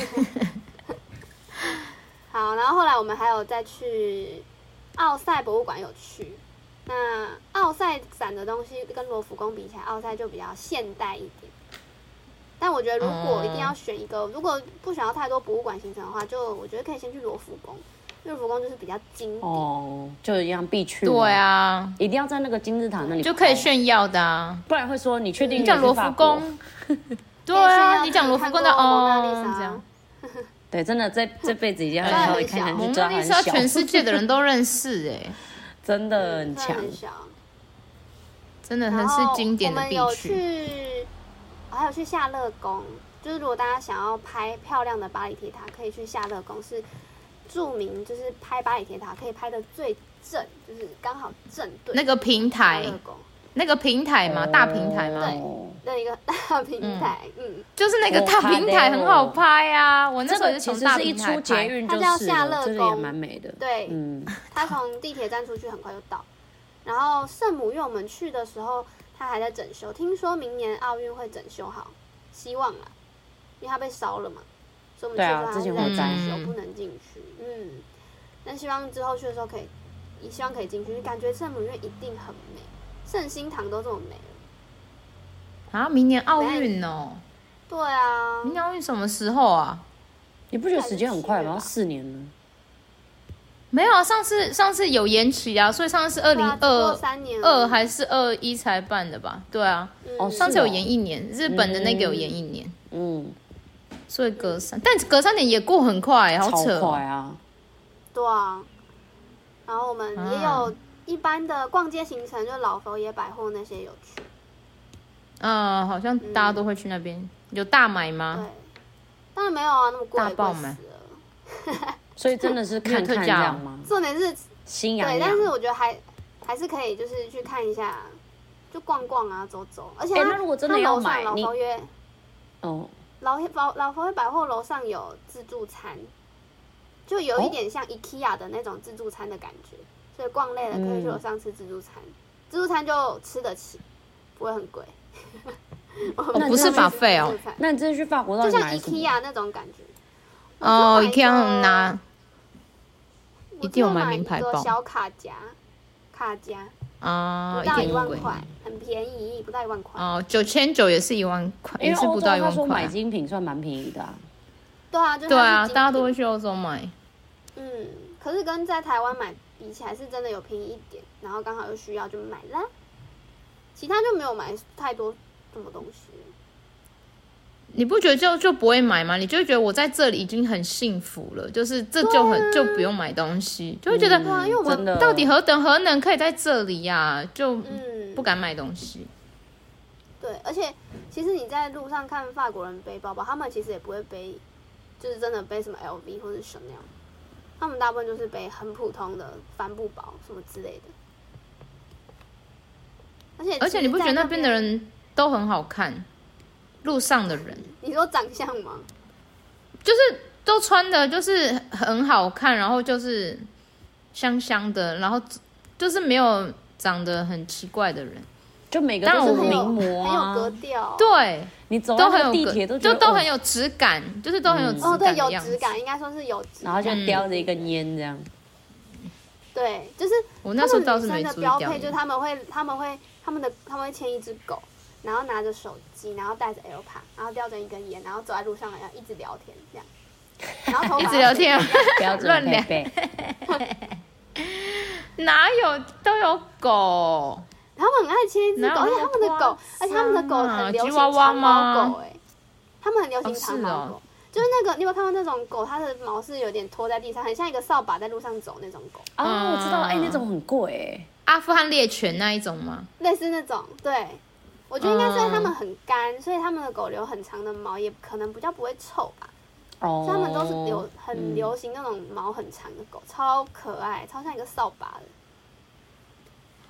[SPEAKER 1] <laughs>
[SPEAKER 3] 好，然后后来我们还有再去奥赛博物馆有去。那奥赛展的东西跟罗浮宫比起来，奥赛就比较现代一点。但我觉得如果一定要选一个，如果不想要太多博物馆行程的话，就我觉得可以先去罗浮宫，因为罗浮宫就是比较经典。
[SPEAKER 2] 哦，就一样必去。
[SPEAKER 1] 对，啊，
[SPEAKER 2] 一定要在那个金字塔那里
[SPEAKER 1] 就可以
[SPEAKER 2] 拍，
[SPEAKER 1] 炫耀的啊。
[SPEAKER 2] 不然会说你确定
[SPEAKER 1] 你
[SPEAKER 3] 嗯
[SPEAKER 1] 讲
[SPEAKER 2] 是
[SPEAKER 1] 罗
[SPEAKER 2] 法
[SPEAKER 1] 浮
[SPEAKER 2] 国
[SPEAKER 1] 宫， <laughs> 对啊，你讲罗浮宫的哦，这样
[SPEAKER 3] 样。。
[SPEAKER 2] 对，真的这这辈子一定要
[SPEAKER 3] 真的
[SPEAKER 2] 稍
[SPEAKER 3] 很
[SPEAKER 2] 微看看，
[SPEAKER 1] 蒙
[SPEAKER 2] 就知
[SPEAKER 1] 娜
[SPEAKER 2] 道
[SPEAKER 1] 丽
[SPEAKER 2] 很
[SPEAKER 1] 莎全
[SPEAKER 2] 小，
[SPEAKER 1] 世界的人都认识哎、
[SPEAKER 2] <laughs> 真的很
[SPEAKER 3] 真的
[SPEAKER 2] 强。
[SPEAKER 3] 很小。
[SPEAKER 1] 真的
[SPEAKER 3] 然
[SPEAKER 1] 很是
[SPEAKER 3] 后
[SPEAKER 1] 经典
[SPEAKER 3] 我
[SPEAKER 1] 的
[SPEAKER 3] 们
[SPEAKER 1] 必
[SPEAKER 3] 有
[SPEAKER 1] 去。
[SPEAKER 3] 去，还有去夏乐宫，就是如果大家想要拍漂亮的巴黎铁塔，可以去夏乐宫，是著名就是拍巴黎铁塔可以拍的最正，就是刚好正对
[SPEAKER 1] 那个平
[SPEAKER 3] 夏
[SPEAKER 1] 台
[SPEAKER 3] 乐，宫
[SPEAKER 1] 那个平台嘛，啊大平台嘛，
[SPEAKER 2] 哦
[SPEAKER 3] 那一个 <laughs> 大平台，嗯，
[SPEAKER 1] 就是那个大平台很好拍啊。我那
[SPEAKER 2] 这
[SPEAKER 1] 时候
[SPEAKER 2] 个
[SPEAKER 1] 也
[SPEAKER 2] 其
[SPEAKER 1] 从
[SPEAKER 2] 实
[SPEAKER 1] 大
[SPEAKER 2] 是一
[SPEAKER 1] 平
[SPEAKER 2] 出
[SPEAKER 1] 台
[SPEAKER 2] 捷
[SPEAKER 1] 拍，
[SPEAKER 2] 运
[SPEAKER 3] 它
[SPEAKER 2] 就
[SPEAKER 3] 叫
[SPEAKER 2] 是
[SPEAKER 3] 夏
[SPEAKER 2] 了，
[SPEAKER 3] 乐
[SPEAKER 2] 真的也
[SPEAKER 3] 宫
[SPEAKER 2] 蛮美的。
[SPEAKER 3] 对
[SPEAKER 2] 嗯，
[SPEAKER 3] 它从地铁站出去很快就到。然后圣母院我们去的时候，它还在整修，听说明年奥运会整修好，希望啦，因为它被烧了嘛，所以我们去
[SPEAKER 2] 对
[SPEAKER 3] 的
[SPEAKER 2] 啊
[SPEAKER 3] 时候它
[SPEAKER 2] 之前
[SPEAKER 3] 还
[SPEAKER 1] 火
[SPEAKER 3] 在
[SPEAKER 1] 灾
[SPEAKER 3] 整修，
[SPEAKER 1] 嗯
[SPEAKER 3] 不能进去。嗯，但希望之后去的时候可以，也希望可以进去，感觉圣母院一定很美，圣心堂都这么美了。
[SPEAKER 1] 啊，明年奥运哦，
[SPEAKER 3] 对啊，
[SPEAKER 1] 明年奥运什么时候啊？
[SPEAKER 2] 你不觉得时间很快
[SPEAKER 3] 还
[SPEAKER 2] 吗？
[SPEAKER 3] 是
[SPEAKER 2] 四年了，
[SPEAKER 1] 没有啊，上次上次有延期啊，所以上次是二
[SPEAKER 3] 对
[SPEAKER 1] 零
[SPEAKER 3] 啊只过
[SPEAKER 1] 二
[SPEAKER 3] 三年
[SPEAKER 1] 二还是二一才办的吧？对啊，
[SPEAKER 2] 哦
[SPEAKER 3] 嗯
[SPEAKER 1] 上次有延一年，日本的那个有延一年，
[SPEAKER 2] 嗯，
[SPEAKER 1] 所以隔三，但隔三年也过很快，好
[SPEAKER 2] 超
[SPEAKER 1] 扯哦
[SPEAKER 2] 快。啊！
[SPEAKER 3] 对啊，然后我们也
[SPEAKER 1] 啊
[SPEAKER 3] 有一般的逛街行程，就老佛爷百货那些有去。
[SPEAKER 1] 嗯，好像大家都会去那边，有大买吗
[SPEAKER 2] 啊
[SPEAKER 3] 对？，当然没有啊，那么贵，
[SPEAKER 1] 大爆
[SPEAKER 3] 贵
[SPEAKER 1] 买
[SPEAKER 3] 死了。
[SPEAKER 2] 所以真的是看
[SPEAKER 1] 没有特
[SPEAKER 2] 看这
[SPEAKER 1] 价哦 <laughs>
[SPEAKER 2] 样吗？
[SPEAKER 3] 重点是，
[SPEAKER 2] 心痒
[SPEAKER 3] 对，但
[SPEAKER 2] 痒。
[SPEAKER 3] 是我觉得还还是可以，就是去看一下，就逛逛啊，走走。而且
[SPEAKER 2] 哎
[SPEAKER 3] 它
[SPEAKER 2] 那如果真
[SPEAKER 3] 它
[SPEAKER 2] 的要
[SPEAKER 3] 楼上
[SPEAKER 2] 买
[SPEAKER 3] 老
[SPEAKER 2] 你
[SPEAKER 3] 佛爷
[SPEAKER 2] 哦，
[SPEAKER 3] 老老老佛爷百货楼上有自助餐，就有一
[SPEAKER 2] 哦
[SPEAKER 3] 点像 IKEA 的那种自助餐的感觉，所以逛累了可以去楼上吃自助餐，自助餐就吃得起，不会很贵。 <laughs> 我们
[SPEAKER 2] 不是
[SPEAKER 3] 法
[SPEAKER 1] buffet 哦
[SPEAKER 2] 那你这次去法国到
[SPEAKER 3] 就
[SPEAKER 2] 底
[SPEAKER 3] 像
[SPEAKER 2] 买什么？
[SPEAKER 3] IKEA 那种感觉。
[SPEAKER 1] 哦，一定要
[SPEAKER 3] 很
[SPEAKER 1] 拿
[SPEAKER 3] 我
[SPEAKER 1] 一定有
[SPEAKER 3] 就
[SPEAKER 1] 买
[SPEAKER 3] 买
[SPEAKER 1] 名牌
[SPEAKER 3] 一个
[SPEAKER 1] 包
[SPEAKER 3] 小卡夹，卡夹
[SPEAKER 1] 啊，
[SPEAKER 3] 不
[SPEAKER 1] 一
[SPEAKER 3] 到
[SPEAKER 1] 定
[SPEAKER 3] 一
[SPEAKER 1] 很
[SPEAKER 3] 万
[SPEAKER 1] 贵
[SPEAKER 3] 块，很便宜，不到一万块。
[SPEAKER 1] 哦，九千九也是一万块，
[SPEAKER 2] 因
[SPEAKER 1] 也
[SPEAKER 2] 为
[SPEAKER 1] 是
[SPEAKER 2] 欧
[SPEAKER 1] 不
[SPEAKER 2] 洲
[SPEAKER 1] 到一
[SPEAKER 2] 他
[SPEAKER 1] 万
[SPEAKER 2] 说买
[SPEAKER 1] 块。
[SPEAKER 2] 精品算蛮便宜的啊。
[SPEAKER 3] 对啊，就它
[SPEAKER 1] 对啊，
[SPEAKER 3] 是精
[SPEAKER 1] 大家都
[SPEAKER 3] 品
[SPEAKER 1] 会。去欧洲买。
[SPEAKER 3] 嗯，可是跟在台湾买比起来，是真的有便宜一点，然后刚好又需要就买啦。其他就没有买太多什么东西。
[SPEAKER 1] 你不觉得就就不会买吗？你就会觉得我在这里已经很幸福了，就是这就
[SPEAKER 3] 啊
[SPEAKER 1] 很、就不用买东西，就会觉得、
[SPEAKER 3] 对啊，因为我
[SPEAKER 2] 真
[SPEAKER 3] 们
[SPEAKER 2] 的
[SPEAKER 1] 到底何等何能可以在这里呀、就
[SPEAKER 3] 嗯
[SPEAKER 1] 不敢买东西。
[SPEAKER 3] 对，而且其实你在路上看法国人背包包，他们其实也不会背，就是真的背什么 LV 或者 Chanel，他们大部分就是背很普通的帆布包什么之类的。而
[SPEAKER 2] 哎
[SPEAKER 3] 且
[SPEAKER 1] 而且你不觉得
[SPEAKER 3] 那
[SPEAKER 1] 那边的，人都很好看？路上的人
[SPEAKER 3] 你说长相吗？
[SPEAKER 1] 就是都穿的，就是很好看，然后就是香香的，然后就是没有长得很奇怪的人。
[SPEAKER 2] 就每个
[SPEAKER 1] 但
[SPEAKER 2] 都
[SPEAKER 1] 我
[SPEAKER 2] 是
[SPEAKER 3] 很有
[SPEAKER 2] 名模啊，
[SPEAKER 3] 很有格调、哦。
[SPEAKER 1] 对，
[SPEAKER 2] 你走
[SPEAKER 1] 都
[SPEAKER 2] 到
[SPEAKER 1] 很
[SPEAKER 2] 那
[SPEAKER 1] 有
[SPEAKER 2] 个地
[SPEAKER 1] 格
[SPEAKER 2] 铁都觉
[SPEAKER 1] 就
[SPEAKER 2] 得
[SPEAKER 1] 都很
[SPEAKER 2] 哦
[SPEAKER 1] 有质感，就是都很有
[SPEAKER 2] 嗯
[SPEAKER 1] 质
[SPEAKER 3] 哦，对，
[SPEAKER 1] 感
[SPEAKER 3] 有
[SPEAKER 1] 的样
[SPEAKER 3] 质
[SPEAKER 1] 子。
[SPEAKER 3] 感，应该说是有质
[SPEAKER 2] 然后
[SPEAKER 3] 感。
[SPEAKER 2] 就
[SPEAKER 1] 嗯
[SPEAKER 2] 叼着一根烟这样。 <laughs>
[SPEAKER 3] 对，就是
[SPEAKER 1] 我那时候
[SPEAKER 3] 他
[SPEAKER 1] 倒
[SPEAKER 3] 们
[SPEAKER 1] 是
[SPEAKER 3] 女
[SPEAKER 1] 没
[SPEAKER 3] 生的
[SPEAKER 1] 注意
[SPEAKER 3] 标
[SPEAKER 1] 掉
[SPEAKER 3] 配，
[SPEAKER 1] 你
[SPEAKER 3] 就是他们会，他们会，他们的他们会牵一只狗，然后拿着手机，然后戴着 AirPod，然后叼着一根烟，然后走在路上，然后一直聊天这样，然后
[SPEAKER 1] <laughs>
[SPEAKER 3] 头发
[SPEAKER 1] 一直聊天，
[SPEAKER 2] 标
[SPEAKER 1] 乱
[SPEAKER 2] 准配
[SPEAKER 1] 聊，
[SPEAKER 2] 备，
[SPEAKER 1] 哪有都有狗？
[SPEAKER 3] 他们很爱牵一只
[SPEAKER 1] 哪有
[SPEAKER 3] 狗，而
[SPEAKER 1] 那么
[SPEAKER 3] 且他们的狗，而且他们的狗
[SPEAKER 1] 夸张啊
[SPEAKER 3] 很流
[SPEAKER 1] 吉
[SPEAKER 3] 行
[SPEAKER 1] 娃娃
[SPEAKER 3] 长毛
[SPEAKER 1] 吗
[SPEAKER 3] 狗、哎，他们很流行
[SPEAKER 1] 哦
[SPEAKER 3] 长
[SPEAKER 1] 是
[SPEAKER 3] 毛
[SPEAKER 1] 哦
[SPEAKER 3] 狗，就是那个，你有没有看过那种狗，它的毛是有点拖在地上，很像一个扫把在路上走那种狗，
[SPEAKER 2] 啊，我知道，哎、
[SPEAKER 1] 嗯
[SPEAKER 2] 那种很贵哎、
[SPEAKER 1] 阿富汗猎犬那一种吗？
[SPEAKER 3] 类似那种。对，我觉得应该是因为它们
[SPEAKER 1] 嗯
[SPEAKER 3] 很干，所以它们的狗留很长的毛，也可能比较不会臭吧。
[SPEAKER 2] 哦
[SPEAKER 3] 所以它们都是流很
[SPEAKER 2] 嗯
[SPEAKER 3] 流行那种毛很长的狗，超可爱，超像一个扫把的。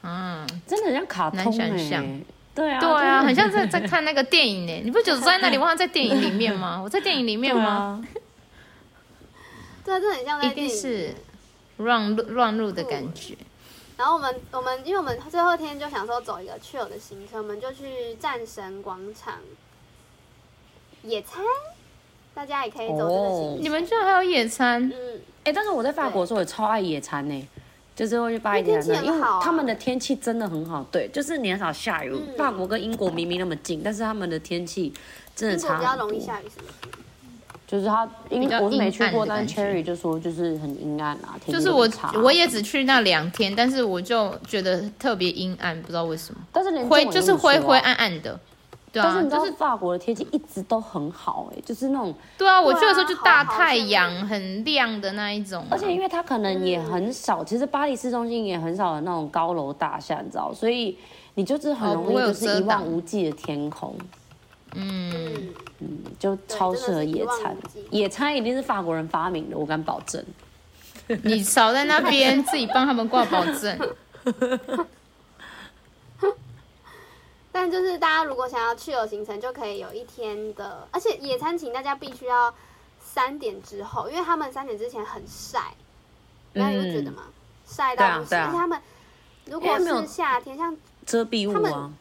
[SPEAKER 1] 嗯，
[SPEAKER 2] 真的很像卡通、欸，
[SPEAKER 1] 难想象
[SPEAKER 2] 对啊，
[SPEAKER 1] 对啊，
[SPEAKER 2] 真的
[SPEAKER 1] 很像在在看那个电影呢。你不久坐在那里，忘了在电影里面吗？我在电影里面
[SPEAKER 2] 对
[SPEAKER 1] 吗？
[SPEAKER 2] 啊，
[SPEAKER 3] 对，啊这很像在
[SPEAKER 1] 一定
[SPEAKER 3] 电影
[SPEAKER 1] 是乱入乱入的感觉。
[SPEAKER 3] 然后我们我们因为我们最后一天就想说走一个 chill 的行程，我们就去战神广场野餐，大家也可以走这个行程。
[SPEAKER 1] 哦你们居然还有野餐？
[SPEAKER 3] 嗯，
[SPEAKER 2] 哎、但是我在法国的时候也超爱野餐呢、欸就是会去巴黎
[SPEAKER 3] 因为
[SPEAKER 2] 野
[SPEAKER 3] 天气
[SPEAKER 2] 餐，因
[SPEAKER 3] 很
[SPEAKER 2] 为
[SPEAKER 3] 好啊
[SPEAKER 2] 他们的天气真的很好，对，就是你很少下雨。
[SPEAKER 3] 嗯
[SPEAKER 2] 法国跟英国明明那么近，但是他们的天气真的
[SPEAKER 3] 英国
[SPEAKER 2] 差
[SPEAKER 3] 比较
[SPEAKER 2] 很
[SPEAKER 3] 容易
[SPEAKER 2] 多。
[SPEAKER 3] 下雨，是不是？
[SPEAKER 2] 就是它，因
[SPEAKER 1] 比较
[SPEAKER 2] 为我是没去
[SPEAKER 1] 阴
[SPEAKER 2] 过，
[SPEAKER 1] 暗的
[SPEAKER 2] 但
[SPEAKER 1] 感觉
[SPEAKER 2] Cherry 就说就是很阴暗啊，天气
[SPEAKER 1] 就是我
[SPEAKER 2] 很差，
[SPEAKER 1] 我，也只去那两天，但是我就觉得特别阴暗，不知道为什么，
[SPEAKER 2] 但是连
[SPEAKER 1] 灰
[SPEAKER 2] 中文也
[SPEAKER 1] 就是
[SPEAKER 2] 不错啊
[SPEAKER 1] 灰灰暗。暗的，对
[SPEAKER 2] 但是
[SPEAKER 1] 啊，
[SPEAKER 2] 你知
[SPEAKER 1] 就
[SPEAKER 2] 道
[SPEAKER 1] 是
[SPEAKER 2] 法国的天气一直都很好哎、就是那种，
[SPEAKER 1] 对啊，我去
[SPEAKER 3] 对啊
[SPEAKER 1] 的时候就大
[SPEAKER 3] 好好
[SPEAKER 1] 太
[SPEAKER 3] 羡慕
[SPEAKER 1] 阳，很亮的那一种啊、
[SPEAKER 2] 而且因为它可能也很少，
[SPEAKER 1] 嗯
[SPEAKER 2] 其实巴黎市中心也很少有那种高楼大厦，你知道，所以你就是很
[SPEAKER 1] 哦
[SPEAKER 2] 容
[SPEAKER 1] 不
[SPEAKER 2] 易
[SPEAKER 1] 会有
[SPEAKER 2] 就是一
[SPEAKER 1] 遮
[SPEAKER 2] 望
[SPEAKER 1] 挡
[SPEAKER 2] 无际的天空。
[SPEAKER 1] 嗯，
[SPEAKER 3] 嗯，
[SPEAKER 2] 就超适合野
[SPEAKER 3] 真的
[SPEAKER 2] 餐
[SPEAKER 3] 是一望无际，
[SPEAKER 2] 野餐一定是法国人发明的，我敢保证。
[SPEAKER 1] 你少在那边自己帮他们挂保证，
[SPEAKER 3] 但就是大家如果想要去游行程，就可以有一天的，而且野餐请大家必须要三点之后，因为他们三点之前很晒，那你会觉得吗？晒到不行，
[SPEAKER 2] 嗯对啊对啊
[SPEAKER 3] 而且他们如
[SPEAKER 2] 因
[SPEAKER 3] 果
[SPEAKER 2] 为没有
[SPEAKER 3] 是夏天，像
[SPEAKER 2] 遮蔽
[SPEAKER 3] 他
[SPEAKER 2] 物啊
[SPEAKER 3] 们，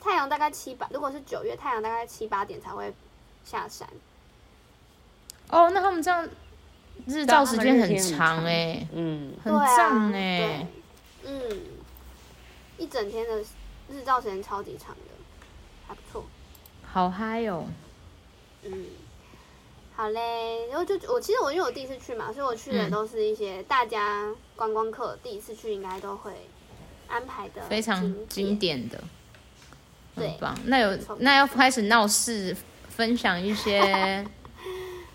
[SPEAKER 3] 太阳大概七八，如果是九月，太阳大概七八点才会下山。
[SPEAKER 1] 哦，那他们这样日照时间很长哎、
[SPEAKER 2] 嗯，
[SPEAKER 1] 很
[SPEAKER 3] 对啊
[SPEAKER 1] 赞哎、
[SPEAKER 3] 对
[SPEAKER 2] 欸
[SPEAKER 3] 嗯，一整天的日照时间超级长的，还不错。
[SPEAKER 1] 好嗨哦，
[SPEAKER 3] 嗯，好嘞，然后就我其实我因为我第一次去嘛，所以我去的
[SPEAKER 1] 嗯
[SPEAKER 3] 都是一些大家观光客第一次去应该都会安排的
[SPEAKER 1] 非常经
[SPEAKER 3] 经典。
[SPEAKER 1] 典的，
[SPEAKER 3] 对
[SPEAKER 1] 很棒。那有
[SPEAKER 3] 错
[SPEAKER 1] 那要开始闹事，分享一
[SPEAKER 3] <laughs>
[SPEAKER 1] 些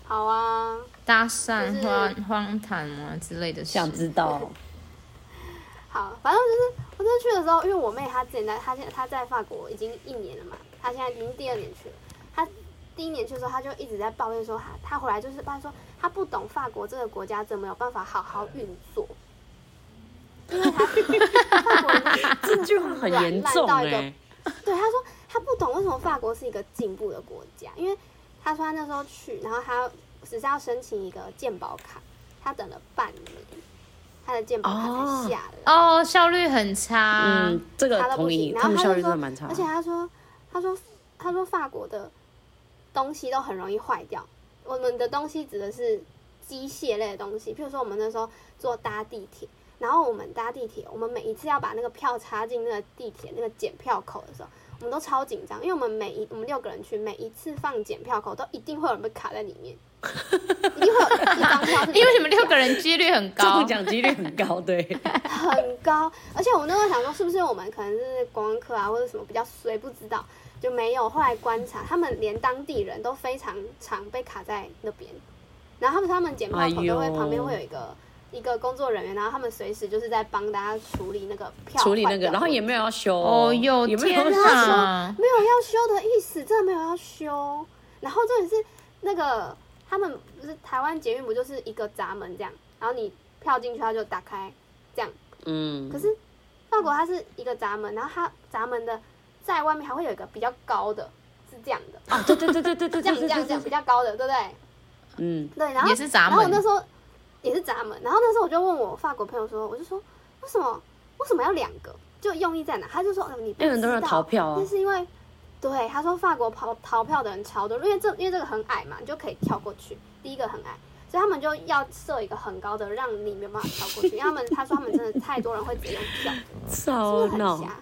[SPEAKER 3] 好啊，
[SPEAKER 1] 搭讪
[SPEAKER 3] 就是
[SPEAKER 1] 荒荒唐啊之类的事。
[SPEAKER 2] 想知
[SPEAKER 3] <laughs>
[SPEAKER 2] 道，
[SPEAKER 3] 好，反正就是我那去的时候，因为我妹她之前在她现在她在法国已经一年了嘛，她现在已经第二年去了。她第一年去的时候，她就一直在抱怨说她她回来就是抱怨说她不懂法国这个国家怎么有办法好好运作， <laughs> 因为她 <laughs> 法国人就是
[SPEAKER 2] 这句话很严重
[SPEAKER 3] 烂到
[SPEAKER 2] 哎、
[SPEAKER 3] 一个 <laughs> 对，他说他不懂为什么法国是一个进步的国家，因为他说他那时候去，然后他只是要申请一个健保卡，他等了半年，他的健保卡才下来，
[SPEAKER 1] 哦，效率很差。
[SPEAKER 2] 嗯，这个
[SPEAKER 3] 他都不
[SPEAKER 2] 同意，
[SPEAKER 3] 行。然
[SPEAKER 2] 他
[SPEAKER 3] 后
[SPEAKER 2] 们
[SPEAKER 3] 他
[SPEAKER 2] 效率
[SPEAKER 3] 就
[SPEAKER 2] 真
[SPEAKER 3] 说
[SPEAKER 2] 的蛮差，
[SPEAKER 3] 而且他说他说他说法国的东西都很容易坏掉，我们的东西指的是机械类的东西，譬如说我们那时候坐搭地铁。然后我们搭地铁，我们每一次要把那个票插进那个地铁那个检票口的时候，我们都超紧张，因为我们每一我们六个人去，每一次放检票口都一定会有人被卡在里面，
[SPEAKER 2] <laughs>
[SPEAKER 3] 一定会有一张票是
[SPEAKER 1] 因为你们六个
[SPEAKER 3] 人
[SPEAKER 1] 人几率很高哦
[SPEAKER 2] 中，奖几率很高，
[SPEAKER 3] <laughs>
[SPEAKER 2] 对，
[SPEAKER 3] 很高，而且我那时候想说，是不是我们可能是观光客啊，或者什么比较衰，不知道就没有。后来观察，他们连当地人都非常常被卡在那边，然后他们他们检票口都会
[SPEAKER 2] 哎呦
[SPEAKER 3] 旁边会有一个。一个工作人员，然后他们随时就是在帮大家处理那个票，
[SPEAKER 2] 处理那个，然后也没有要修哦，
[SPEAKER 1] 哦哟
[SPEAKER 2] 也没有要
[SPEAKER 1] 天
[SPEAKER 2] 修
[SPEAKER 1] 哪
[SPEAKER 3] 他说没有要修的意思，真的没有要修。然后重点是那个他们不是台湾捷运不就是一个闸门这样，然后你票进去它就打开这样，
[SPEAKER 2] 嗯，
[SPEAKER 3] 可是法国它是一个闸门，然后它闸门的在外面还会有一个比较高的，是这样的，
[SPEAKER 2] 啊，对对对对对对
[SPEAKER 3] 这样
[SPEAKER 2] 对对
[SPEAKER 3] 这样
[SPEAKER 2] 对
[SPEAKER 3] 这样
[SPEAKER 2] 对，
[SPEAKER 3] 比较高的，对不对？
[SPEAKER 2] 嗯，
[SPEAKER 3] 对，然后
[SPEAKER 1] 也是闸
[SPEAKER 3] 然后我那
[SPEAKER 1] 门
[SPEAKER 3] 时候也是闸门，然后那时候我就问我法国朋友说，我就说为什么为什么要两个？就用意在哪？他就说、呃你不
[SPEAKER 1] 哎
[SPEAKER 2] 因为很多人
[SPEAKER 3] 知道
[SPEAKER 2] 逃票啊
[SPEAKER 3] 那是因为对他说法国逃逃票的人超多，因为这因为这个很矮嘛，你就可以跳过去，第一个很矮。所以他们就要设一个很高的，让你没有办法跳过去。因为他们他说他们真的太多人会直接用跳的，
[SPEAKER 2] 超
[SPEAKER 3] 真的很
[SPEAKER 2] 闹。
[SPEAKER 3] 瞎。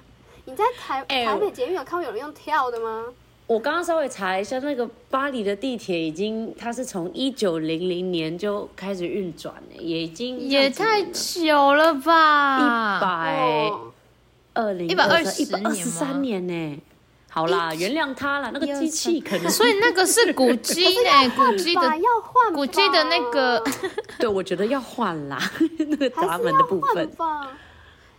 [SPEAKER 3] 你在台
[SPEAKER 2] 哎
[SPEAKER 3] 台北捷运有看过有人用跳的吗？
[SPEAKER 2] 我刚刚稍微查一下，那个巴黎的地铁已经，它是从一九零零年就开始运转了，也已经
[SPEAKER 1] 也太久了吧？
[SPEAKER 2] 一百
[SPEAKER 3] 哦，
[SPEAKER 2] 二零
[SPEAKER 1] 120
[SPEAKER 2] 一百二十
[SPEAKER 1] 年吗
[SPEAKER 2] 三年呢、好啦，原谅他啦，那个机器可
[SPEAKER 1] <laughs>
[SPEAKER 2] 能
[SPEAKER 1] 所以那个是
[SPEAKER 3] <laughs>
[SPEAKER 1] 古迹呢、古迹的
[SPEAKER 3] 吧要换吧，
[SPEAKER 1] 古迹的那个，
[SPEAKER 2] 对我觉得要换啦， <laughs> 那个闸门的部
[SPEAKER 3] 还是要
[SPEAKER 2] 分
[SPEAKER 3] 换。吧。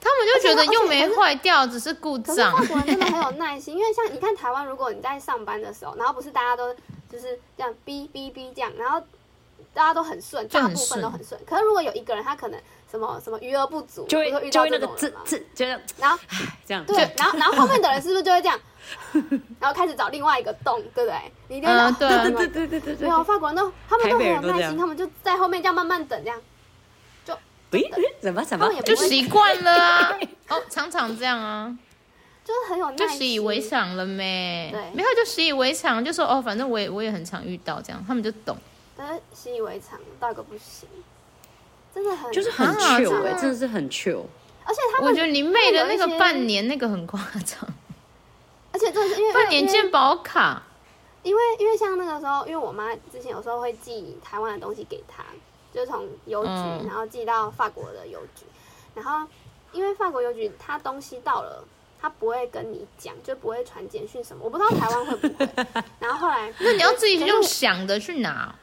[SPEAKER 1] 他们就觉得又没坏掉，只是故
[SPEAKER 3] 可是
[SPEAKER 1] 障
[SPEAKER 3] 外。国人真的很有耐心，因为像你看台湾，如果你在上班的时候，然后不是大家都就是这样哔哔哔这样，然后大家都很顺，
[SPEAKER 1] 就
[SPEAKER 3] 大
[SPEAKER 1] 很
[SPEAKER 3] 部分
[SPEAKER 1] 顺
[SPEAKER 3] 都很顺。可是如果有一个人他可能什么什么余额不足，
[SPEAKER 2] 就
[SPEAKER 3] 不是
[SPEAKER 2] 会
[SPEAKER 3] 遇
[SPEAKER 2] 就
[SPEAKER 3] 到
[SPEAKER 2] 会
[SPEAKER 3] 这
[SPEAKER 2] 那个
[SPEAKER 3] 种
[SPEAKER 2] 这
[SPEAKER 3] 人嘛，
[SPEAKER 2] 这这样
[SPEAKER 3] 然
[SPEAKER 2] <laughs>
[SPEAKER 3] 后
[SPEAKER 2] 这样，
[SPEAKER 3] 对，然后然后后面的人是不是就会这样， <laughs> 然后开始找另外一个洞，对不对？你一定要
[SPEAKER 1] 嗯对
[SPEAKER 2] 对
[SPEAKER 1] 啊
[SPEAKER 2] 对对对对对
[SPEAKER 3] 没
[SPEAKER 2] 对，
[SPEAKER 3] 有法国人都他们都很有
[SPEAKER 2] 台北人都这
[SPEAKER 3] 耐
[SPEAKER 2] 样
[SPEAKER 3] 心，他们就在后面这样慢慢等这样。
[SPEAKER 2] 诶诶怎么怎
[SPEAKER 3] 他
[SPEAKER 2] 么
[SPEAKER 3] 们也
[SPEAKER 1] <laughs>
[SPEAKER 3] 不
[SPEAKER 1] 就习惯了
[SPEAKER 3] <laughs>
[SPEAKER 1] 啊，哦，常常这样啊，
[SPEAKER 3] 就是很有耐
[SPEAKER 1] 就
[SPEAKER 3] 心，
[SPEAKER 1] 习以为常了没
[SPEAKER 3] 对？
[SPEAKER 1] 没有就习以为常，就说哦，反正我也我也很常遇到这样，他们就懂。
[SPEAKER 3] 但是习以为常到一个不行，真的很
[SPEAKER 2] 就是很
[SPEAKER 1] 啊
[SPEAKER 2] chill
[SPEAKER 1] 真的
[SPEAKER 2] 哎，真的是很 chill。
[SPEAKER 3] 而且他们
[SPEAKER 1] 我觉得你妹的那
[SPEAKER 3] 他们有一
[SPEAKER 1] 个
[SPEAKER 3] 些
[SPEAKER 1] 半年那个很夸张，
[SPEAKER 3] 而且真的是因为
[SPEAKER 1] 半年
[SPEAKER 3] 因为
[SPEAKER 1] 鉴保卡，
[SPEAKER 3] 因为因为像那个时候，因为我妈之前有时候会寄台湾的东西给她，就是从邮局，
[SPEAKER 1] 嗯
[SPEAKER 3] 然后寄到法国的邮局，然后因为法国邮局它东西到了。他不会跟你讲，就不会传简讯什么，我不知道台湾会不
[SPEAKER 1] <laughs>
[SPEAKER 3] 会。然后后来，
[SPEAKER 1] 那你要自己
[SPEAKER 3] 可是
[SPEAKER 1] 用想的去拿，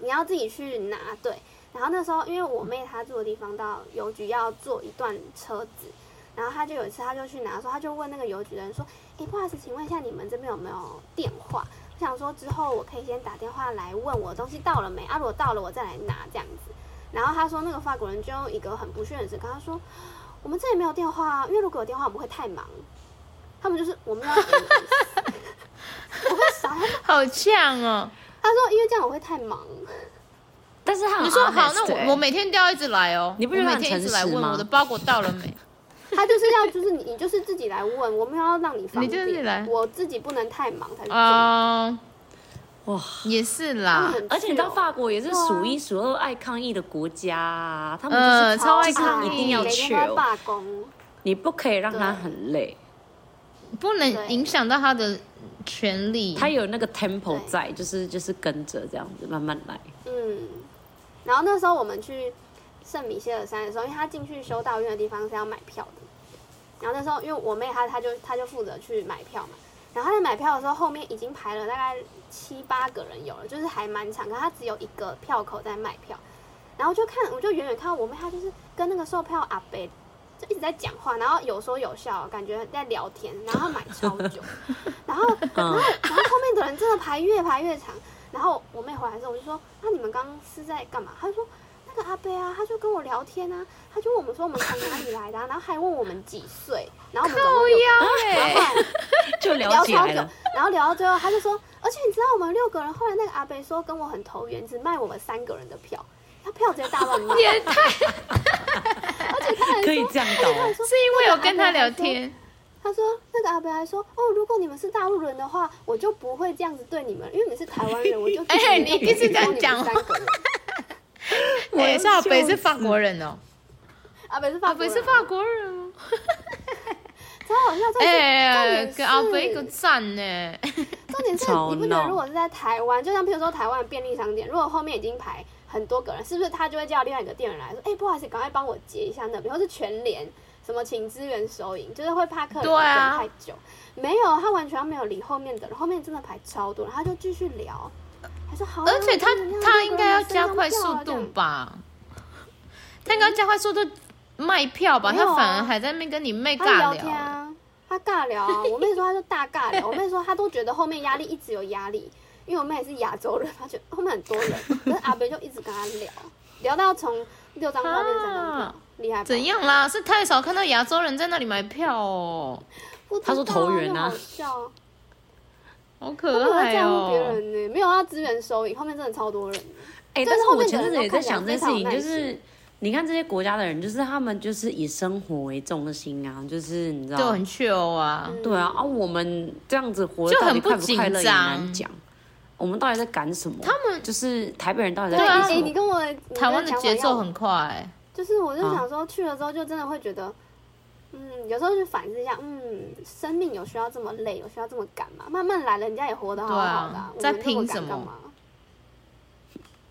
[SPEAKER 3] 你要自己去拿，对。然后那时候，因为我妹她住的地方到邮局要坐一段车子，然后她就有一次，她就去拿的时候，她就问那个邮局的人说：“诶，不好意思，请问一下你们这边有没有电话？我想说之后我可以先打电话来问我的东西到了没啊，如果到了我再来拿这样子。”然后她说那个法国人就用一个很不屑的眼神跟她说：“我们这里没有电话啊，因为如果有电话我们会太忙。”他们就是我们要，我会傻。
[SPEAKER 1] 好呛哦。
[SPEAKER 3] 她说因为这样我会太忙。
[SPEAKER 2] 但是
[SPEAKER 3] 啊
[SPEAKER 2] 他
[SPEAKER 1] 你
[SPEAKER 2] 很
[SPEAKER 1] 说好，
[SPEAKER 2] honest，
[SPEAKER 1] 那
[SPEAKER 2] 欸
[SPEAKER 1] 我我每天都要一直来哦，
[SPEAKER 2] 你不觉得
[SPEAKER 1] 我
[SPEAKER 2] 很
[SPEAKER 1] 每天一直
[SPEAKER 2] 诚
[SPEAKER 1] 来
[SPEAKER 2] 实
[SPEAKER 1] 问
[SPEAKER 2] 吗
[SPEAKER 1] 我的包裹到了没？
[SPEAKER 3] 他就是要，就是你，你就是自己来问，我们要让你方
[SPEAKER 1] 你就
[SPEAKER 3] 便。
[SPEAKER 1] 自己来
[SPEAKER 3] 我自己不能太忙才是重点。
[SPEAKER 1] 哦，
[SPEAKER 2] 哇，
[SPEAKER 1] 也是
[SPEAKER 3] 他们
[SPEAKER 1] 啦，
[SPEAKER 3] 很
[SPEAKER 2] 而且你知道
[SPEAKER 3] chill
[SPEAKER 2] 法国也是数一数二爱抗议的国家啊，他
[SPEAKER 1] 呃
[SPEAKER 2] 们就是
[SPEAKER 1] 超爱
[SPEAKER 2] 就是
[SPEAKER 1] 抗议
[SPEAKER 2] 一定要
[SPEAKER 3] 每天都在
[SPEAKER 2] chill，
[SPEAKER 3] 罢工，
[SPEAKER 2] 你不可以让他很累，
[SPEAKER 1] 不能
[SPEAKER 3] 对
[SPEAKER 1] 影响到他的权利。
[SPEAKER 2] 他有那个 tempo
[SPEAKER 3] 对
[SPEAKER 2] 在，就是就是跟着这样子慢慢来。
[SPEAKER 3] 嗯。然后那时候我们去圣米歇尔山的时候，因为他进去修道院的地方是要买票的。然后那时候因为我妹她她就她就负责去买票嘛，然后她在买票的时候，后面已经排了大概七八个人有了，就是还蛮长，可她只有一个票口在卖票。然后就看，我就远远看到我妹，她就是跟那个售票阿伯就一直在讲话，然后有说有笑，感觉在聊天，然后她买超久，然后然
[SPEAKER 2] 嗯
[SPEAKER 3] 后然后后面的人真的排越排越长，然后我妹回来之后我就说，那你们刚刚是在干嘛？她就说。那个阿伯啊，他就跟我聊天啊，他就问我们说我们从哪里来的、啊，然后还问我们几岁，然后我们总共六个
[SPEAKER 1] 欸
[SPEAKER 3] 人，然后后来
[SPEAKER 2] 就 <laughs> 聊
[SPEAKER 3] 聊
[SPEAKER 2] 起
[SPEAKER 3] 超
[SPEAKER 2] 来
[SPEAKER 3] 久
[SPEAKER 2] 了，，
[SPEAKER 3] 然后聊到最后，他就说，而且你知道我们六个人，后来那个阿北说跟我很投缘，只卖我们三个人的票，他票直接大
[SPEAKER 1] <laughs>
[SPEAKER 3] 乱卖，
[SPEAKER 1] 也太
[SPEAKER 2] 可以这样搞。
[SPEAKER 3] <laughs>
[SPEAKER 1] 是因为有跟他聊天，
[SPEAKER 3] 他说那个阿北还说，哦，如果你们是大陆人的话，我就不会这样子对你们，因为你们是台湾人，我就
[SPEAKER 1] <laughs> 哎你一直
[SPEAKER 3] 这
[SPEAKER 1] 这样
[SPEAKER 3] <laughs>
[SPEAKER 1] 讲
[SPEAKER 3] 三个人，
[SPEAKER 1] 我也是阿欸北是法国人哦，
[SPEAKER 3] 阿北是
[SPEAKER 1] 阿
[SPEAKER 3] 法国
[SPEAKER 1] 北
[SPEAKER 3] 人，
[SPEAKER 1] 是法国人哦，
[SPEAKER 3] 超好笑，重
[SPEAKER 1] 哎，
[SPEAKER 3] 点是
[SPEAKER 1] 给阿北一个
[SPEAKER 3] 重点是
[SPEAKER 1] 赞呢。
[SPEAKER 3] 重点是
[SPEAKER 2] 超
[SPEAKER 3] 你不觉得
[SPEAKER 2] 闹
[SPEAKER 3] 如果是在台湾，就像譬如说台湾的便利商店，如果后面已经排很多个人，是不是他就会叫另外一个店员来说，哎、不好意思，赶快帮我结一下那边，或是全联什么请支援收银，就是会怕客人
[SPEAKER 1] 对啊
[SPEAKER 3] 等太久。没有，他完全没有理后面的人，后面真的排超多人，他就继续聊，他说好啊，
[SPEAKER 1] 而且他
[SPEAKER 3] 那我
[SPEAKER 1] 他
[SPEAKER 3] 今天
[SPEAKER 1] 应该要
[SPEAKER 3] 六个
[SPEAKER 1] 加
[SPEAKER 3] 人买
[SPEAKER 1] 快
[SPEAKER 3] 三张
[SPEAKER 1] 速
[SPEAKER 3] 票啊
[SPEAKER 1] 度吧？他应该要加快速度卖票吧？
[SPEAKER 3] 没有啊
[SPEAKER 1] 他反而还在那边跟你妹
[SPEAKER 3] 他
[SPEAKER 1] 尬
[SPEAKER 3] 聊天
[SPEAKER 1] 聊。
[SPEAKER 3] 啊，他尬聊啊。我妹说他就大尬聊，我妹说她都觉得后面压力一直有压力，因为我妹也是亚洲人，她觉得后面很多人，可是阿北就一直跟她聊，聊到从六张票变成三张票
[SPEAKER 1] 啊，
[SPEAKER 3] 厉害吧？
[SPEAKER 1] 怎样啦？是太少看到亚洲人在那里买票哦，
[SPEAKER 3] 不知道啊？
[SPEAKER 2] 他说投缘啊
[SPEAKER 3] 就好笑，
[SPEAKER 1] 好
[SPEAKER 3] 他没有
[SPEAKER 1] 可
[SPEAKER 3] 在
[SPEAKER 1] 爱
[SPEAKER 3] 在乎别
[SPEAKER 1] 哦。
[SPEAKER 3] 人呢、没有要资源收益，后面真的超多人。
[SPEAKER 2] 哎、
[SPEAKER 3] 对
[SPEAKER 2] 但是
[SPEAKER 3] 后
[SPEAKER 2] 我
[SPEAKER 3] 面
[SPEAKER 2] 前
[SPEAKER 3] 的
[SPEAKER 2] 阵子
[SPEAKER 3] 人都
[SPEAKER 2] 也在
[SPEAKER 3] 看起来
[SPEAKER 2] 想这件事
[SPEAKER 3] 非常有
[SPEAKER 2] 情，
[SPEAKER 3] 耐
[SPEAKER 2] 就是你看这些国家的人，就是他们就是以生活为重心啊，就是你知
[SPEAKER 1] 就
[SPEAKER 2] 道，
[SPEAKER 1] 很 chill 啊，
[SPEAKER 2] 对啊啊，我们这样子活
[SPEAKER 1] 就
[SPEAKER 2] 到
[SPEAKER 1] 很
[SPEAKER 2] 底
[SPEAKER 1] 不
[SPEAKER 2] 快不快乐也
[SPEAKER 1] 紧张
[SPEAKER 2] 难讲。我们到底在赶什么？他
[SPEAKER 1] 们
[SPEAKER 2] 就是台北人到底在
[SPEAKER 1] 对啊
[SPEAKER 2] 赶
[SPEAKER 3] 哎、
[SPEAKER 2] 什
[SPEAKER 3] 你
[SPEAKER 2] 么？
[SPEAKER 3] 跟我你跟
[SPEAKER 1] 台湾的
[SPEAKER 3] 讲法
[SPEAKER 1] 节奏
[SPEAKER 3] 要
[SPEAKER 1] 很快、
[SPEAKER 3] 就是我
[SPEAKER 1] 啊
[SPEAKER 3] 就想说去了之后就真的会觉得，嗯，有时候就反思一下，嗯，生命有需要这么累，有需要这么赶吗？慢慢来，人家也活得好好的、
[SPEAKER 1] 对啊
[SPEAKER 3] 我们
[SPEAKER 1] 在拼
[SPEAKER 3] 那赶
[SPEAKER 1] 什么
[SPEAKER 3] 干嘛？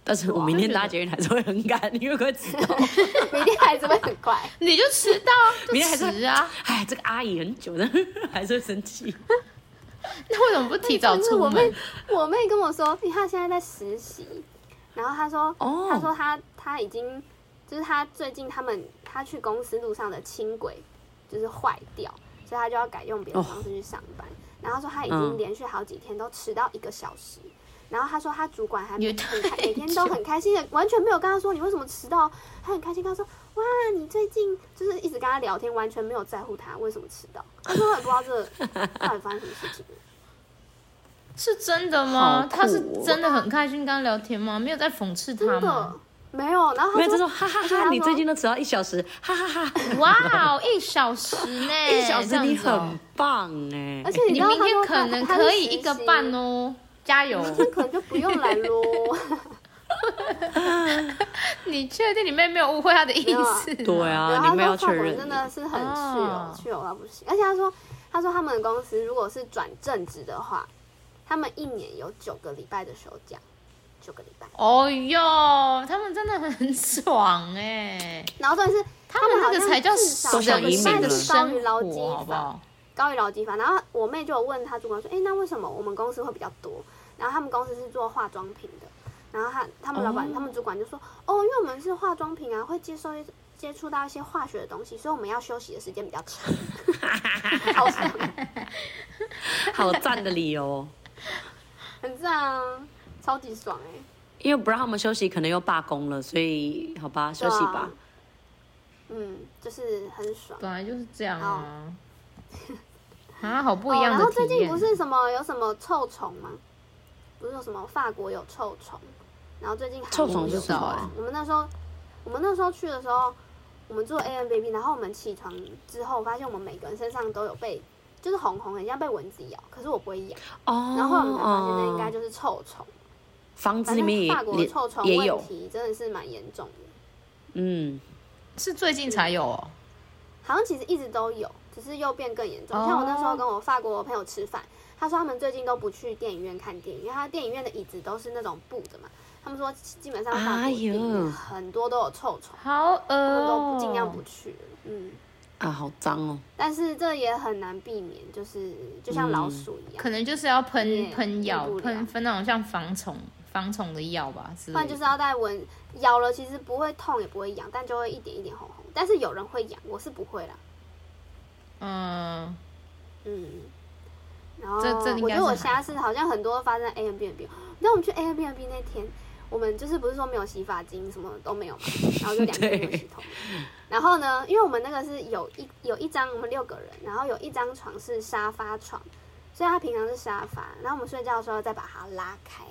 [SPEAKER 2] 但是我明天搭捷运还是会很赶，你会不会迟
[SPEAKER 3] <laughs>
[SPEAKER 2] 到？
[SPEAKER 3] 啊明天还是会很快，
[SPEAKER 1] 你就迟到，就
[SPEAKER 2] 明天还是
[SPEAKER 1] 迟啊，
[SPEAKER 2] <laughs> 哎，这个阿姨很久的，还是会生气。
[SPEAKER 1] <laughs> 那为什么不 <laughs> 提早
[SPEAKER 3] 就是
[SPEAKER 1] 出
[SPEAKER 3] 哎我妹
[SPEAKER 1] 门？，
[SPEAKER 3] 我妹跟我说，她现在在实习，然后她说，
[SPEAKER 2] 哦
[SPEAKER 3] 她说她她已经，就是她最近他们她去公司路上的轻轨就是坏掉，所以她就要改用别的
[SPEAKER 2] 哦
[SPEAKER 3] 方式去上班。然后她说她已经
[SPEAKER 2] 嗯
[SPEAKER 3] 连续好几天都迟到一个小时。然后她说她主管还
[SPEAKER 1] 也
[SPEAKER 3] 很开，
[SPEAKER 1] 太
[SPEAKER 3] 每天都
[SPEAKER 1] 久
[SPEAKER 3] 很开心的，完全没有跟她说你为什么迟到，她很开心跟她说哇你最近就是一直跟她聊天，完全没有在乎她为什么迟到。她说我也不知道这到底发生什么事情。
[SPEAKER 1] 是真的吗
[SPEAKER 2] 好？酷
[SPEAKER 1] 他是
[SPEAKER 2] 哦
[SPEAKER 1] 真的很开心跟他聊天吗？没有在讽刺他
[SPEAKER 3] 真
[SPEAKER 1] 吗
[SPEAKER 3] 的？没有。然后
[SPEAKER 2] 没
[SPEAKER 3] 他
[SPEAKER 2] 有，他
[SPEAKER 3] 说
[SPEAKER 2] 说哈哈
[SPEAKER 3] 而且他
[SPEAKER 2] 哈，
[SPEAKER 3] 说
[SPEAKER 2] 你最近都迟到一小时，哈哈
[SPEAKER 3] <laughs>
[SPEAKER 2] 哈，
[SPEAKER 1] 哇哦，一小时呢，
[SPEAKER 2] <laughs> 一小
[SPEAKER 1] 这
[SPEAKER 2] 时
[SPEAKER 1] 样
[SPEAKER 2] 你
[SPEAKER 1] 子哦
[SPEAKER 2] 很棒哎，
[SPEAKER 3] 而且
[SPEAKER 1] 你
[SPEAKER 3] 知道
[SPEAKER 1] 明
[SPEAKER 3] 他
[SPEAKER 1] 天
[SPEAKER 3] 说
[SPEAKER 1] 可
[SPEAKER 3] 他
[SPEAKER 1] 能
[SPEAKER 3] 他是
[SPEAKER 1] 可以
[SPEAKER 3] 实
[SPEAKER 1] 一个
[SPEAKER 3] 习
[SPEAKER 1] 半，哦，加油！
[SPEAKER 3] 明天可能就不用来喽。
[SPEAKER 1] 你确定你妹没有误会他的意思？
[SPEAKER 2] 对，
[SPEAKER 3] <laughs> 然
[SPEAKER 2] <laughs> 啊，
[SPEAKER 3] 后
[SPEAKER 2] 你们
[SPEAKER 3] 他
[SPEAKER 2] 要确
[SPEAKER 3] 说法国
[SPEAKER 2] 认
[SPEAKER 3] 人真的是很去哦
[SPEAKER 1] 哦，
[SPEAKER 3] 去哦到不行。而且他说，他说他们的公司如果是转正职的话，他们一年有九个礼拜的休假，九个礼拜。
[SPEAKER 1] 哦哟，他们真的很爽哎、
[SPEAKER 3] 然后重点是
[SPEAKER 1] 他们
[SPEAKER 3] 好
[SPEAKER 1] 那个
[SPEAKER 3] 像
[SPEAKER 1] 才叫
[SPEAKER 3] 至少
[SPEAKER 1] 省
[SPEAKER 2] 想移民
[SPEAKER 1] 的
[SPEAKER 2] 了
[SPEAKER 3] 高于
[SPEAKER 1] 生
[SPEAKER 3] 劳基
[SPEAKER 1] 活，好不
[SPEAKER 3] 法
[SPEAKER 1] 好？
[SPEAKER 3] 高于劳基法。然后我妹就有问她主管说：“哎、那为什么我们公司会比较多？”然后他们公司是做化妆品的，然后他他们老板、
[SPEAKER 2] 哦
[SPEAKER 3] 他们主管就说：“哦，因为我们是化妆品啊，会接受一接触到一些化学的东西，所以我们要休息的时间比
[SPEAKER 2] <laughs>
[SPEAKER 3] 较长。”好爽，
[SPEAKER 2] 好赞的理由哦，
[SPEAKER 3] 很赞啊，超级爽哎、
[SPEAKER 2] 因为不让他们休息，可能又罢工了，所以好吧，休息吧。
[SPEAKER 3] 啊嗯，就是很爽。
[SPEAKER 1] 本来就是这样啊， <laughs> 啊，好不一样
[SPEAKER 3] 哦。然
[SPEAKER 1] 的
[SPEAKER 3] 后最
[SPEAKER 1] 体
[SPEAKER 3] 近
[SPEAKER 1] 验。
[SPEAKER 3] 不是什么有什么臭虫吗？不是有什么法国有臭虫，然后最近韩国
[SPEAKER 2] 臭虫
[SPEAKER 1] 是什么
[SPEAKER 3] 有
[SPEAKER 1] 啊
[SPEAKER 3] 我们那时候，我们那时候去的时候，我们做 A N B B，然后我们起床之后发现我们每个人身上都有被，就是红红，很像被蚊子咬，可是我不会痒。
[SPEAKER 2] 哦，
[SPEAKER 3] 啊然后后来我们才发现那应该
[SPEAKER 2] 哦
[SPEAKER 3] 就是臭虫，
[SPEAKER 2] 房子
[SPEAKER 3] 反
[SPEAKER 2] 里面
[SPEAKER 3] 正
[SPEAKER 2] 也
[SPEAKER 3] 法国的臭虫
[SPEAKER 2] 也也
[SPEAKER 3] 问
[SPEAKER 2] 有，
[SPEAKER 3] 题真的是蛮严重的，
[SPEAKER 2] 嗯，
[SPEAKER 1] 是最近才有哦，
[SPEAKER 3] 好像其实一直都有，只是又变更严重。像我那时候
[SPEAKER 1] 哦
[SPEAKER 3] 跟我法国朋友吃饭，他说他们最近都不去电影院看电影，因为他电影院的椅子都是那种布的嘛。他们说基本上法国
[SPEAKER 2] 哎
[SPEAKER 3] 电
[SPEAKER 2] 呦
[SPEAKER 3] 影院很多都有臭虫，
[SPEAKER 1] 好恶
[SPEAKER 3] 他们
[SPEAKER 1] 哦
[SPEAKER 3] 都，不尽量不去了。嗯，
[SPEAKER 2] 啊，好脏哦，
[SPEAKER 3] 但是这也很难避免，就是就像老鼠一样，
[SPEAKER 1] 可能就是要喷
[SPEAKER 3] 也
[SPEAKER 1] 喷药
[SPEAKER 3] 避不，了
[SPEAKER 1] 喷喷那种像防虫防虫的药吧之
[SPEAKER 3] 不然
[SPEAKER 1] 类的。
[SPEAKER 3] 就是要带蚊咬了，其实不会痛也不会痒，但就会一点一点红红。但是有人会痒，我是不会啦。
[SPEAKER 1] 嗯，
[SPEAKER 3] 嗯，然后
[SPEAKER 1] 这这应
[SPEAKER 3] 我
[SPEAKER 1] 该是
[SPEAKER 3] 觉得我
[SPEAKER 1] 还
[SPEAKER 3] 下次好像很多发生 A M B N B。那我们去 A M B N B 那天，我们就是不是说没有洗发精，什么都没有嘛，然后就两天没有洗头。然后呢，因为我们那个是有一有一张我们六个人，然后有一张床是沙发床，所以它平常是沙发，然后我们睡觉的时候再把它拉开。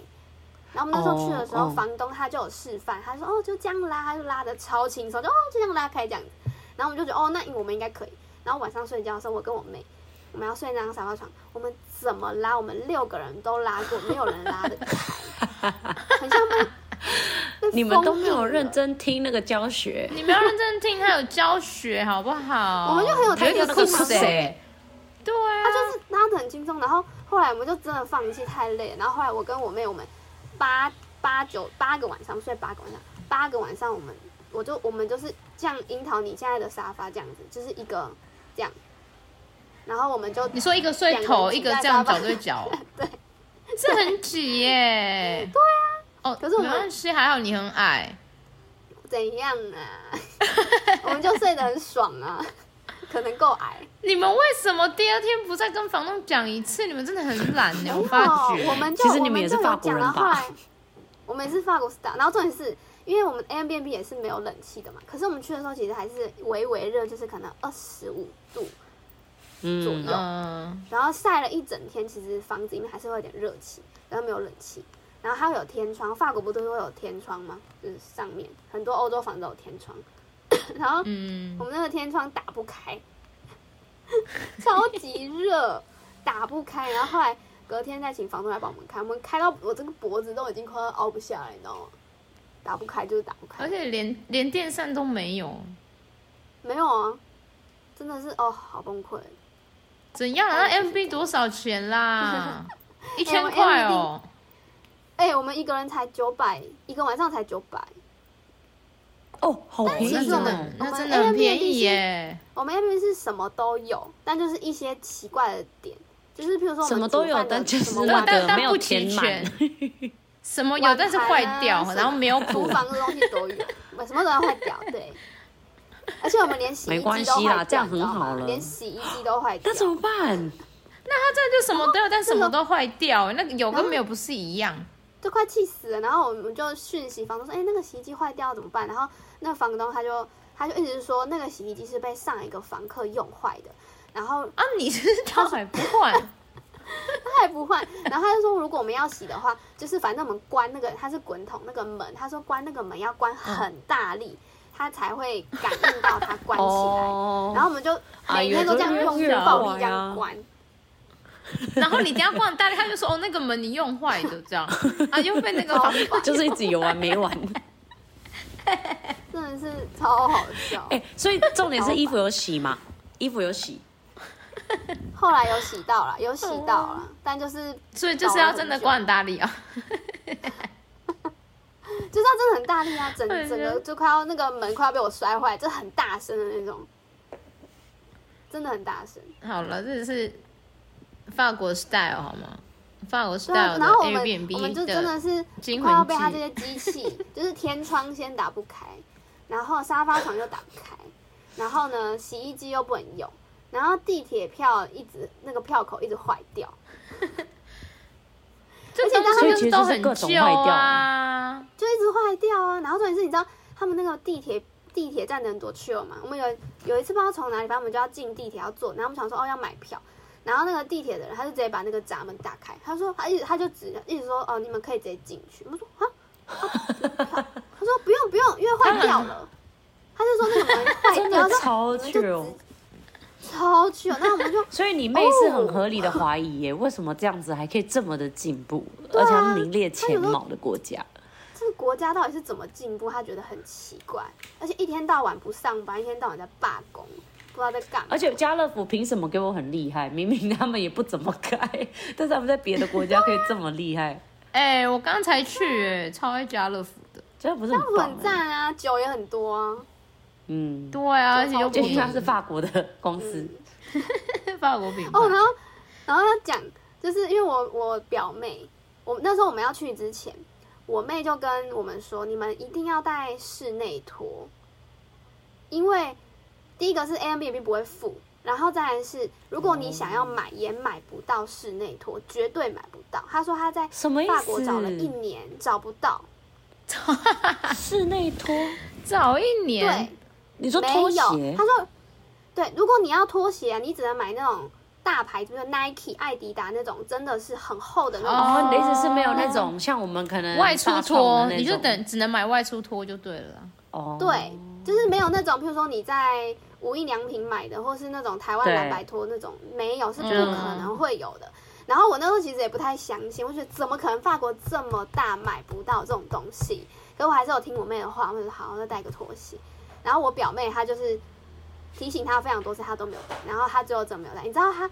[SPEAKER 3] 然后我们那时候去的时候
[SPEAKER 2] 哦哦
[SPEAKER 3] 房东他就有示范，他说哦就这样拉，他就拉的超轻松，就哦就这样拉开这样子。然后我们就觉得哦那我们应该可以。然后晚上睡觉的时候，我跟我妹，我们要睡那张沙发床，我们怎么拉？我们六个人都拉过，没有人拉的开，很像被被
[SPEAKER 2] 你们都
[SPEAKER 3] 封
[SPEAKER 2] 没有
[SPEAKER 3] 印
[SPEAKER 2] 认
[SPEAKER 3] 了
[SPEAKER 2] 真听那个教学，
[SPEAKER 1] 你们要认真听，他有教学好不好？
[SPEAKER 3] 我们就很有
[SPEAKER 1] 觉得
[SPEAKER 2] 哦
[SPEAKER 3] 同理
[SPEAKER 1] 个
[SPEAKER 3] 心嘛
[SPEAKER 1] 谁？对啊，
[SPEAKER 3] 他就是拉的很轻松，然后后来我们就真的放弃，太累了。然后后来我跟我妹我们八八九八个晚上睡八个晚上，八个晚上我们我就我们就是这样樱桃你现在的沙发这样子，就是一个这样，然后我们就
[SPEAKER 1] 你说一个睡头，一个这样脚对脚，
[SPEAKER 3] <laughs> 对，
[SPEAKER 1] 这很挤耶。对啊。哦，
[SPEAKER 3] 可是我
[SPEAKER 1] 没
[SPEAKER 3] 们
[SPEAKER 1] 关系，还好你很
[SPEAKER 3] <laughs>
[SPEAKER 1] 矮。 <laughs>
[SPEAKER 3] 怎样啊？ <laughs> 我们就睡得很爽啊， <laughs> 可能够矮。
[SPEAKER 1] 你们为什么第二天不再跟房东讲一次？你们真的很懒呢，我
[SPEAKER 3] 没有
[SPEAKER 1] 发觉。
[SPEAKER 3] 我们就
[SPEAKER 2] 其实你们也是法国人吧
[SPEAKER 3] 我们就有讲然后后来我们也是法国 star，然后重点是因为我们 Airbnb 也是没有冷气的嘛，可是我们去的时候其实还是微微热，就是可能二十五度，左
[SPEAKER 2] 嗯
[SPEAKER 3] 右，
[SPEAKER 1] 嗯，
[SPEAKER 3] 然后晒了一整天，其实房子里面还是会有点热气，然后没有冷气，然后它会有天窗，法国不都会有天窗吗？就是上面很多欧洲房子都有天窗， <coughs> 然后
[SPEAKER 1] 嗯
[SPEAKER 3] 我，们那个天窗打不开， <laughs> 超级热，打不开。然后后来隔天再请房东来帮我们开，我们开到我这个脖子都已经快要凹不下来，你知道吗？打不开就是打不开，
[SPEAKER 1] 而且连连电扇都没有，
[SPEAKER 3] 没有啊，真的是哦，好崩溃。
[SPEAKER 1] 怎样啊？
[SPEAKER 3] 哎
[SPEAKER 1] 那 MB 多少钱
[SPEAKER 3] <laughs>
[SPEAKER 1] 啦？一
[SPEAKER 3] 哎
[SPEAKER 1] 千
[SPEAKER 3] 我
[SPEAKER 1] 块哦。
[SPEAKER 3] 哎、我们一个人才九百，一个晚上才九百。
[SPEAKER 2] 哦，好便
[SPEAKER 3] 其
[SPEAKER 1] 那
[SPEAKER 2] 宜
[SPEAKER 3] 实我
[SPEAKER 1] 真
[SPEAKER 3] 们
[SPEAKER 1] 的
[SPEAKER 2] 哦，
[SPEAKER 1] 那
[SPEAKER 3] 我们
[SPEAKER 1] 真的很
[SPEAKER 3] Airbnb
[SPEAKER 1] 便
[SPEAKER 3] 是
[SPEAKER 1] 宜耶。
[SPEAKER 3] 我们那边是什么都有，但就是一些奇怪的点，就是譬如说我
[SPEAKER 2] 什么
[SPEAKER 3] 们
[SPEAKER 2] 都
[SPEAKER 3] 煮
[SPEAKER 2] 有
[SPEAKER 3] 饭的
[SPEAKER 2] 但就是
[SPEAKER 3] 什么
[SPEAKER 2] 那
[SPEAKER 3] 碗
[SPEAKER 2] 个
[SPEAKER 1] 但
[SPEAKER 2] 没
[SPEAKER 1] 但
[SPEAKER 2] 有
[SPEAKER 1] 不
[SPEAKER 2] 填
[SPEAKER 1] 齐
[SPEAKER 2] 满
[SPEAKER 1] 全，什么有
[SPEAKER 3] 碗
[SPEAKER 1] 但是
[SPEAKER 3] 盘
[SPEAKER 1] 坏
[SPEAKER 3] 啊
[SPEAKER 1] 掉
[SPEAKER 3] 什，么
[SPEAKER 1] 然后没有补
[SPEAKER 3] <laughs> 厨，房的东西都有，什么都要坏掉，
[SPEAKER 1] <laughs>
[SPEAKER 3] 对。而且我们连洗衣
[SPEAKER 2] 没关
[SPEAKER 3] 机
[SPEAKER 2] 系
[SPEAKER 3] 都坏
[SPEAKER 2] 啦
[SPEAKER 3] 掉，
[SPEAKER 2] 这样
[SPEAKER 3] 你知道
[SPEAKER 2] 很好
[SPEAKER 3] 吗
[SPEAKER 2] 了
[SPEAKER 3] 连洗衣机都坏掉
[SPEAKER 2] <laughs> 那，怎么办？
[SPEAKER 1] 那他这样就什么都有，但什么
[SPEAKER 3] 这个
[SPEAKER 1] 都坏掉，那个有
[SPEAKER 3] 然
[SPEAKER 1] 跟
[SPEAKER 3] 后
[SPEAKER 1] 没有不是一样？
[SPEAKER 3] 就快气死了。然后我们就讯息房东说：“哎、那个洗衣机坏掉怎么办？”然后那房东他就他就一直说那个洗衣机是被上一个房客用坏的，然后
[SPEAKER 1] 啊，你知道还不换？
[SPEAKER 3] 他也不换， <laughs> 然后他就说如果我们要洗的话，就是反正我们关那个它是滚筒那个门，他说关那个门要关很大力，它才会感应到它关起
[SPEAKER 2] 哦
[SPEAKER 3] 来。然后我们就
[SPEAKER 2] 哎
[SPEAKER 3] 每
[SPEAKER 2] 呦
[SPEAKER 3] 天都这样
[SPEAKER 2] 这个
[SPEAKER 3] 用
[SPEAKER 2] 是啊
[SPEAKER 3] 暴力这样关，
[SPEAKER 1] 然后你等一下逛大力，他就说哦，那个门你用坏的这样，啊，又被那个房
[SPEAKER 2] <laughs> 就是一直有完没
[SPEAKER 3] <laughs>
[SPEAKER 2] 完。
[SPEAKER 3] 真的是超好笑。
[SPEAKER 2] 哎、所以重点是衣服有洗嘛？衣服有洗，
[SPEAKER 3] 后来有洗到了，有洗到了，但就是
[SPEAKER 1] 所以就是要真的关很大力啊。
[SPEAKER 3] 就是它真的很大力啊，整
[SPEAKER 1] 哎呀
[SPEAKER 3] 整个就快要那个门快要被我摔坏，就很大声的那种，真的很大声。
[SPEAKER 1] <laughs> 好了，这是法国 style 好吗？法国
[SPEAKER 3] 对啊，
[SPEAKER 1] style 的
[SPEAKER 3] 然后我们我们
[SPEAKER 1] Airbnb
[SPEAKER 3] 就真的是
[SPEAKER 1] 惊
[SPEAKER 3] 快要
[SPEAKER 1] 魂
[SPEAKER 3] 被他这
[SPEAKER 1] 记，
[SPEAKER 3] 些机器，就是天窗先打不开，然后沙发床又打不开，然后呢洗衣机又不能用，然后地铁票一直那个票口一直坏掉，
[SPEAKER 1] 这
[SPEAKER 3] 而且当
[SPEAKER 1] 东
[SPEAKER 3] 时
[SPEAKER 1] 西就是都
[SPEAKER 2] 所以其实
[SPEAKER 1] 很
[SPEAKER 2] 是各种
[SPEAKER 1] 旧
[SPEAKER 2] 坏掉
[SPEAKER 1] 啊。
[SPEAKER 3] 就一直坏掉啊。然后重点是，你知道他们那个地铁地铁站的人多 chill 嘛？我们有有一次不知道从哪里，反正我们就要进地铁要坐，然后我们想说哦要买票，然后那个地铁的人他就直接把那个闸门打开，他说他一直他就只一直说哦你们可以直接进去，我们说啊，啊他说不用不用，因为坏掉
[SPEAKER 2] <laughs>
[SPEAKER 3] 了。他就说那个门坏掉，
[SPEAKER 2] 真
[SPEAKER 3] 哎然
[SPEAKER 2] 的
[SPEAKER 3] 后
[SPEAKER 2] 超
[SPEAKER 3] 就
[SPEAKER 2] 糗。
[SPEAKER 3] 超 chill，那我们就
[SPEAKER 2] 所以你妹是很合理的
[SPEAKER 3] 哦
[SPEAKER 2] 怀疑耶，为什么这样子还可以这么的进步，
[SPEAKER 3] 啊
[SPEAKER 2] 而且它名列前茅的国家？
[SPEAKER 3] 这个国家到底是怎么进步？他觉得很奇怪，而且一天到晚不上班，一天到晚在罢工，不知道在干嘛。
[SPEAKER 2] 而且家乐福凭什么给我很厉害？明明他们也不怎么开，但是他们在别的国家可以这么厉害， <laughs>
[SPEAKER 1] 哎、我刚才去、哎，超爱家乐福的。
[SPEAKER 2] 这不是
[SPEAKER 3] 那
[SPEAKER 2] 很
[SPEAKER 3] 我
[SPEAKER 2] 棒欸
[SPEAKER 3] 很
[SPEAKER 2] 耶？
[SPEAKER 3] 赞啊，酒也很多啊，
[SPEAKER 2] 嗯，
[SPEAKER 1] 对啊，而且又
[SPEAKER 2] 就
[SPEAKER 1] 不
[SPEAKER 2] 因为它是
[SPEAKER 1] 是
[SPEAKER 2] 法国的公司，
[SPEAKER 1] 法国品牌。
[SPEAKER 2] 嗯
[SPEAKER 3] 哦，然后然后要讲，就是因为我我表妹，我那时候我们要去之前，我妹就跟我们说，你们一定要带室内拖，因为第一个是 Airbnb 不会付，然后再来是如果你
[SPEAKER 2] 哦
[SPEAKER 3] 想要买也买不到室内拖，绝对买不到。她说她在
[SPEAKER 2] 什么意
[SPEAKER 3] 法国找了一
[SPEAKER 2] 思？
[SPEAKER 3] 年找不到，嗯
[SPEAKER 2] 室内拖？
[SPEAKER 1] <laughs> 早一
[SPEAKER 3] 对
[SPEAKER 1] 年，，
[SPEAKER 2] 你说
[SPEAKER 3] 没
[SPEAKER 2] 拖
[SPEAKER 3] 有，
[SPEAKER 2] 鞋
[SPEAKER 3] 他？说，对，如果你要拖鞋啊，你只能买那种大牌子，比如 Nike、爱迪达那种，真的是很厚的那种。
[SPEAKER 2] 哦，你的意思是没有那种像我们可能
[SPEAKER 1] 外出
[SPEAKER 2] 大创
[SPEAKER 1] 拖，
[SPEAKER 2] 的那
[SPEAKER 1] 你就
[SPEAKER 2] 种
[SPEAKER 1] 等只能买外出拖就对了啦。
[SPEAKER 2] <laughs> 哦，
[SPEAKER 3] 对，就是没有那种，譬如说你在无印良品买的，或是那种台湾
[SPEAKER 2] 对嗯
[SPEAKER 3] 蓝白拖那种，没有是不可能会有的。然后我那时候其实也不太相信，我觉得怎么可能法国这么大买不到这种东西？可我还是有听我妹的话，我就说好，那带个拖鞋。然后我表妹她就是提醒她非常多次，她都没有带，然后她最后真的没有带。你知道她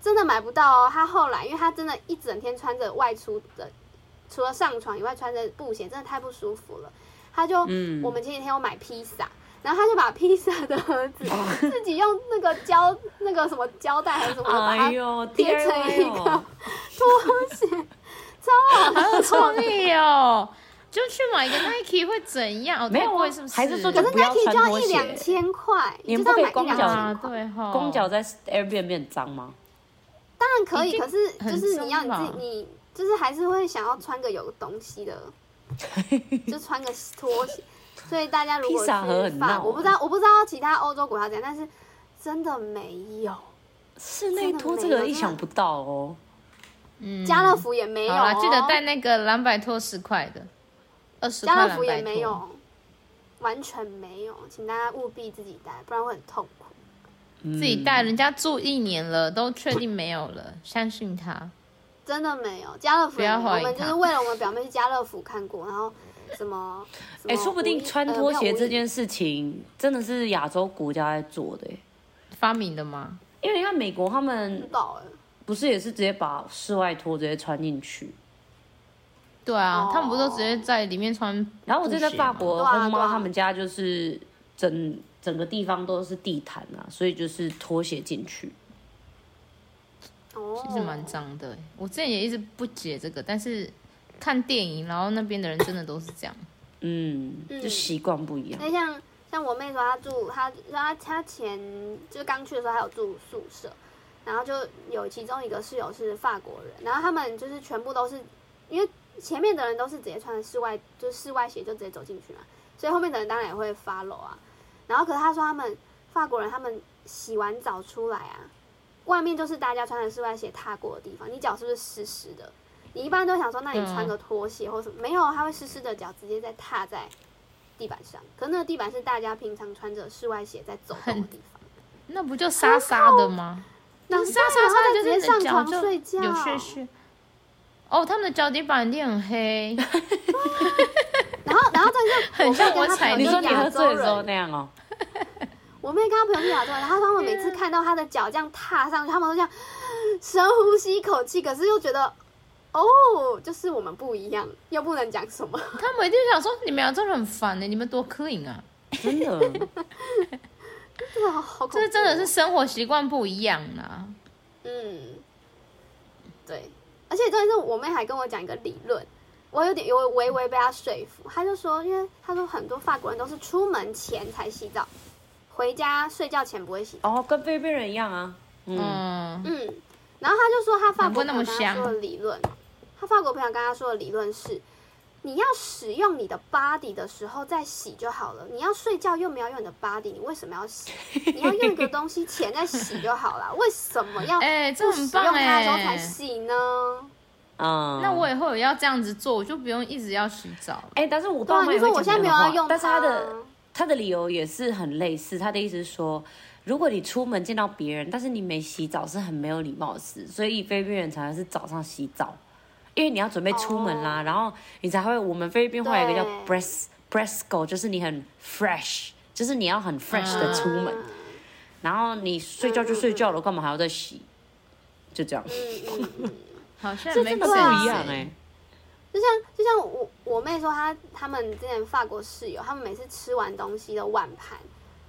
[SPEAKER 3] 真的买不到哦，她后来因为她真的一整天穿着外出的，除了上床以外穿着布鞋，真的太不舒服了。她就，
[SPEAKER 2] 嗯
[SPEAKER 3] 我们前几天有买披萨，然后她就把披萨的盒子自己用那个胶那个什么胶带还是什么的把它
[SPEAKER 2] 哎呦，
[SPEAKER 3] 贴啊成一
[SPEAKER 2] DIY
[SPEAKER 3] 个
[SPEAKER 2] 哦
[SPEAKER 3] 拖鞋，超好
[SPEAKER 1] 好有创意哦！就去买一个 Nike 会怎样？哦
[SPEAKER 2] 没有
[SPEAKER 1] 太
[SPEAKER 2] 啊
[SPEAKER 1] 贵是不是？
[SPEAKER 2] 还是说
[SPEAKER 3] 可
[SPEAKER 2] 就是不要
[SPEAKER 3] Nike
[SPEAKER 2] 穿
[SPEAKER 3] 就要
[SPEAKER 2] 拖
[SPEAKER 3] 一
[SPEAKER 2] 鞋
[SPEAKER 3] 两千块，
[SPEAKER 2] 你
[SPEAKER 3] 就
[SPEAKER 2] 们不可
[SPEAKER 3] 是要
[SPEAKER 2] 以
[SPEAKER 3] 买一
[SPEAKER 2] 光
[SPEAKER 3] 两
[SPEAKER 2] 脚
[SPEAKER 1] 啊，
[SPEAKER 3] 千块。
[SPEAKER 1] 对哈，
[SPEAKER 2] 公脚在 Airbnb 很脏吗？
[SPEAKER 3] 当然可
[SPEAKER 1] 一
[SPEAKER 3] 以，
[SPEAKER 1] 定
[SPEAKER 3] 可是就是你要你
[SPEAKER 1] 很重
[SPEAKER 3] 自
[SPEAKER 1] 吧
[SPEAKER 3] 己，你就是还是会想要穿个有东
[SPEAKER 1] <laughs>
[SPEAKER 3] 西的，就穿个拖鞋。所以大家如果
[SPEAKER 2] 披
[SPEAKER 3] 去
[SPEAKER 2] 萨盒很
[SPEAKER 3] 法
[SPEAKER 2] 闹
[SPEAKER 3] 国，我不
[SPEAKER 1] 欸
[SPEAKER 3] 知道我不知道其他欧洲国家怎样，但是真的没有，
[SPEAKER 2] 室内拖这个意想不到哦。
[SPEAKER 1] 嗯
[SPEAKER 3] 家乐福也没有、
[SPEAKER 1] 好啦，
[SPEAKER 3] 哦，
[SPEAKER 1] 记得带那个蓝百托十块的，二十块
[SPEAKER 3] 家
[SPEAKER 1] 蓝
[SPEAKER 3] 乐
[SPEAKER 1] 百
[SPEAKER 3] 福
[SPEAKER 1] 托
[SPEAKER 3] 也没有，完全没有，请大家务必自己带，不然会很痛苦。
[SPEAKER 2] 嗯
[SPEAKER 1] 自己带，人家住一年了，都确定没有了，相信他。
[SPEAKER 3] 真的没有，家乐福
[SPEAKER 1] 不要
[SPEAKER 3] 也没有
[SPEAKER 1] 怀疑
[SPEAKER 3] 我们就
[SPEAKER 1] 他
[SPEAKER 3] 是为了我们表妹去家乐福看过，然后什么，什么
[SPEAKER 2] 哎、说不
[SPEAKER 3] 无
[SPEAKER 2] 定
[SPEAKER 3] 印
[SPEAKER 2] 穿
[SPEAKER 3] 呃
[SPEAKER 2] 拖
[SPEAKER 3] 没
[SPEAKER 2] 鞋
[SPEAKER 3] 有无
[SPEAKER 2] 这
[SPEAKER 3] 印
[SPEAKER 2] 件事情真的是亚洲国家在做的耶，欸
[SPEAKER 1] 发明的吗？
[SPEAKER 2] 因为你看美国他
[SPEAKER 3] 不
[SPEAKER 2] 们
[SPEAKER 3] 到哎、
[SPEAKER 2] 不是也是直接把室外拖直接穿进去，
[SPEAKER 1] 对啊
[SPEAKER 3] 哦，
[SPEAKER 1] 他们不都直接在里面穿布鞋吗？
[SPEAKER 2] 然后我记得在法国，
[SPEAKER 3] 对啊
[SPEAKER 2] 后
[SPEAKER 3] 对
[SPEAKER 2] 妈
[SPEAKER 3] 啊
[SPEAKER 2] 他们家就是整整个地方都是地毯啊，所以就是拖鞋进去。
[SPEAKER 3] 哦，
[SPEAKER 1] 其实蛮脏的欸。我之前也一直不解这个，但是看电影，然后那边的人真的都是这样。
[SPEAKER 2] 嗯，就
[SPEAKER 3] 嗯
[SPEAKER 2] 习惯不一样。
[SPEAKER 3] 那像像我妹说，她住她她她前就是刚去的时候，她有住宿舍，然后就有其中一个室友是法国人，然后他们就是全部都是因为前面的人都是直接穿室外就是室外鞋就直接走进去嘛，所以后面的人当然也会 follow 啊。然后可是她说他们法国人他们洗完澡出来啊，外面就是大家穿着室外鞋踏过的地方，你脚是不是湿湿的？你一般都想说，那你穿个拖鞋或什么？没有，他会湿湿的脚直接在踏在地板上，可那个地板是大家平常穿着室外鞋在走动的地方，
[SPEAKER 1] 那不就沙沙的吗？
[SPEAKER 3] 那
[SPEAKER 1] 沙沙沙的
[SPEAKER 3] 哦直
[SPEAKER 1] 就是
[SPEAKER 3] 接
[SPEAKER 1] 你
[SPEAKER 3] 上
[SPEAKER 1] 的脚
[SPEAKER 3] 床
[SPEAKER 1] 就
[SPEAKER 3] 睡觉，
[SPEAKER 1] 有血血。哦，他们的脚底板一定很黑，
[SPEAKER 3] 然后然后再就
[SPEAKER 1] 很像
[SPEAKER 3] 我
[SPEAKER 1] 我
[SPEAKER 3] 妹跟她
[SPEAKER 1] 踩
[SPEAKER 3] 朋
[SPEAKER 2] 你
[SPEAKER 3] 友
[SPEAKER 2] 说
[SPEAKER 3] 是
[SPEAKER 2] 你
[SPEAKER 3] 亚
[SPEAKER 2] 喝
[SPEAKER 3] 洲
[SPEAKER 2] 醉的时候
[SPEAKER 3] 人，
[SPEAKER 2] 那样哦、
[SPEAKER 3] 我妹跟她朋友是亚洲人，然后他们每次看到她的脚这样踏上去，他们都这样啊深呼吸一口气，可是又觉得哦，就是我们不一样，又不能讲 <laughs> 什么。
[SPEAKER 1] 他们一定想说你们俩真的很烦呢、欸你们多 clean 啊！
[SPEAKER 2] 真的。
[SPEAKER 3] 真的好好恐怖哦、
[SPEAKER 1] 这真的是生活习惯不一样啦。
[SPEAKER 3] 嗯，对，而且真的是我妹还跟我讲一个理论，我有点有微微被她说服。她就说，因为她说很多法国人都是出门前才洗澡，回家睡觉前不会洗。
[SPEAKER 2] 哦，跟菲律宾人一样啊。嗯，
[SPEAKER 1] 嗯，
[SPEAKER 3] 嗯，然后她就说她法国
[SPEAKER 1] 难怪那么
[SPEAKER 3] 朋友跟她
[SPEAKER 1] 香
[SPEAKER 3] 说的理论，她法国朋友跟她说的理论是。你要使用你的 body 的时候再洗就好了。你要睡觉又没有用你的 body，你为什么要洗？你要用一个东西前再洗就好了。为什么
[SPEAKER 1] <laughs>
[SPEAKER 3] 要
[SPEAKER 1] 哎、这
[SPEAKER 3] 不使
[SPEAKER 1] 很棒
[SPEAKER 3] 用它的
[SPEAKER 1] 哎、
[SPEAKER 3] 时候才洗呢？
[SPEAKER 2] 啊、
[SPEAKER 1] 那我以后也要这样子做，我就不用一直要洗澡了。
[SPEAKER 2] 哎、但是我
[SPEAKER 3] 对
[SPEAKER 2] 爸
[SPEAKER 3] 啊，
[SPEAKER 2] 妈
[SPEAKER 3] 你
[SPEAKER 2] 也
[SPEAKER 3] 说
[SPEAKER 2] 会
[SPEAKER 3] 我
[SPEAKER 2] 讲
[SPEAKER 3] 现
[SPEAKER 2] 这
[SPEAKER 3] 在没
[SPEAKER 2] 个
[SPEAKER 3] 有要
[SPEAKER 2] 话
[SPEAKER 3] 用
[SPEAKER 2] 但是他的
[SPEAKER 3] 啊
[SPEAKER 2] 他的理由也是很类似，他的意思是说，如果你出门见到别人，但是你没洗澡是很没有礼貌的事，所以菲律宾人才是早上洗澡，因为你要准备出门啦，
[SPEAKER 3] 哦
[SPEAKER 2] 然后你才会，我们菲律宾话有一个叫
[SPEAKER 3] 对
[SPEAKER 2] breast breastgo，就是你很 fresh，就是你要很 fresh
[SPEAKER 3] 啊
[SPEAKER 2] 的出门，
[SPEAKER 1] 哦
[SPEAKER 2] 然后你睡觉就睡觉了，干嘛还要再洗？就这样，
[SPEAKER 3] 嗯嗯嗯，
[SPEAKER 1] 好像
[SPEAKER 2] 这
[SPEAKER 1] 没
[SPEAKER 2] 真的
[SPEAKER 1] 有
[SPEAKER 2] 不
[SPEAKER 1] 这
[SPEAKER 2] 一样
[SPEAKER 1] 样欸
[SPEAKER 2] 哎、
[SPEAKER 3] 就像就像我我妹说她他们之前法国室友，他们每次吃完东西的碗盘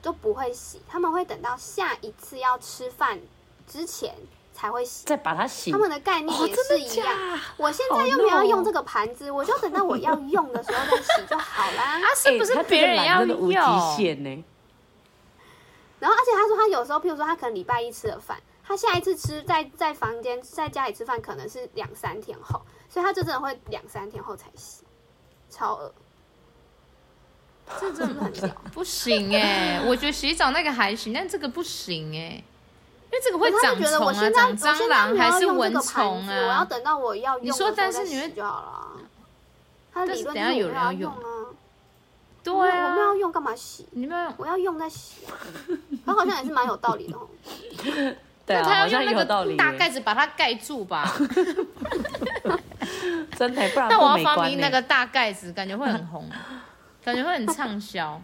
[SPEAKER 3] 都不会洗，他们会等到下一次要吃饭之前才会洗。
[SPEAKER 2] 再把它洗
[SPEAKER 3] 他。们的概念
[SPEAKER 2] 哦，
[SPEAKER 3] 也是
[SPEAKER 2] 真的
[SPEAKER 3] 一
[SPEAKER 2] 假
[SPEAKER 3] 样。
[SPEAKER 2] 的？
[SPEAKER 3] 我现在
[SPEAKER 2] 好哦
[SPEAKER 3] 又没有要
[SPEAKER 2] 弄
[SPEAKER 3] 用这个盘子，我就等到我要用的时候再洗就好啦。
[SPEAKER 1] 啊，是不
[SPEAKER 2] 欸
[SPEAKER 1] 是
[SPEAKER 2] 他这个
[SPEAKER 1] 别人
[SPEAKER 2] 懒
[SPEAKER 1] 要
[SPEAKER 2] 真的无极
[SPEAKER 1] 用？
[SPEAKER 2] 限欸呢？
[SPEAKER 3] 然后，而且他说他有时候，譬如说他可能礼拜一吃的饭，他下一次吃在在房间在家里吃饭可能是两三天后，所以他就真的会两三天后才洗，超恶，
[SPEAKER 1] 这
[SPEAKER 3] 是不
[SPEAKER 1] 真
[SPEAKER 3] 是很屌？
[SPEAKER 1] 不行
[SPEAKER 2] <laughs>
[SPEAKER 1] 哎、我觉得洗澡那个还行，但这个不行哎、因为这个会
[SPEAKER 3] 可是他
[SPEAKER 1] 长
[SPEAKER 3] 就觉得
[SPEAKER 1] 虫
[SPEAKER 3] <laughs> 我
[SPEAKER 1] 啊，
[SPEAKER 3] 现在
[SPEAKER 1] 长
[SPEAKER 3] 我
[SPEAKER 1] 蟑
[SPEAKER 3] 现在
[SPEAKER 1] 螂
[SPEAKER 3] 没有
[SPEAKER 1] 还
[SPEAKER 3] 要
[SPEAKER 1] 是
[SPEAKER 3] 用这
[SPEAKER 1] 蚊
[SPEAKER 3] 个盘
[SPEAKER 1] 虫
[SPEAKER 3] 子，我要
[SPEAKER 1] 啊。
[SPEAKER 3] 等到我要用
[SPEAKER 1] 你
[SPEAKER 3] 的时
[SPEAKER 1] 说
[SPEAKER 3] 候再
[SPEAKER 1] 但是你
[SPEAKER 3] 洗
[SPEAKER 1] 会
[SPEAKER 3] 就好了啊。他的
[SPEAKER 1] 但
[SPEAKER 3] 理
[SPEAKER 1] 是
[SPEAKER 3] 论
[SPEAKER 1] 等
[SPEAKER 3] 就
[SPEAKER 1] 下
[SPEAKER 3] 是
[SPEAKER 1] 有
[SPEAKER 3] 我没有
[SPEAKER 1] 人
[SPEAKER 3] 要
[SPEAKER 1] 要
[SPEAKER 3] 用
[SPEAKER 1] 用
[SPEAKER 3] 啊，
[SPEAKER 1] 对
[SPEAKER 3] 我
[SPEAKER 1] 啊
[SPEAKER 3] 没，有要用干嘛洗？
[SPEAKER 1] 你们
[SPEAKER 3] 我要用再洗啊，他好像也是蛮有道理的哦。
[SPEAKER 2] 对啊，
[SPEAKER 1] 他
[SPEAKER 2] 好
[SPEAKER 1] 要用
[SPEAKER 2] 像有
[SPEAKER 1] 那
[SPEAKER 2] 道理
[SPEAKER 1] 个
[SPEAKER 2] 耶。
[SPEAKER 1] 大盖子把它盖住吧。
[SPEAKER 2] 真的，不然
[SPEAKER 1] 但
[SPEAKER 2] 啊不
[SPEAKER 1] 我要
[SPEAKER 2] 美
[SPEAKER 1] 发
[SPEAKER 2] 观
[SPEAKER 1] 明
[SPEAKER 2] 呢
[SPEAKER 1] 那个大盖子，感觉会很红，感觉会很畅销，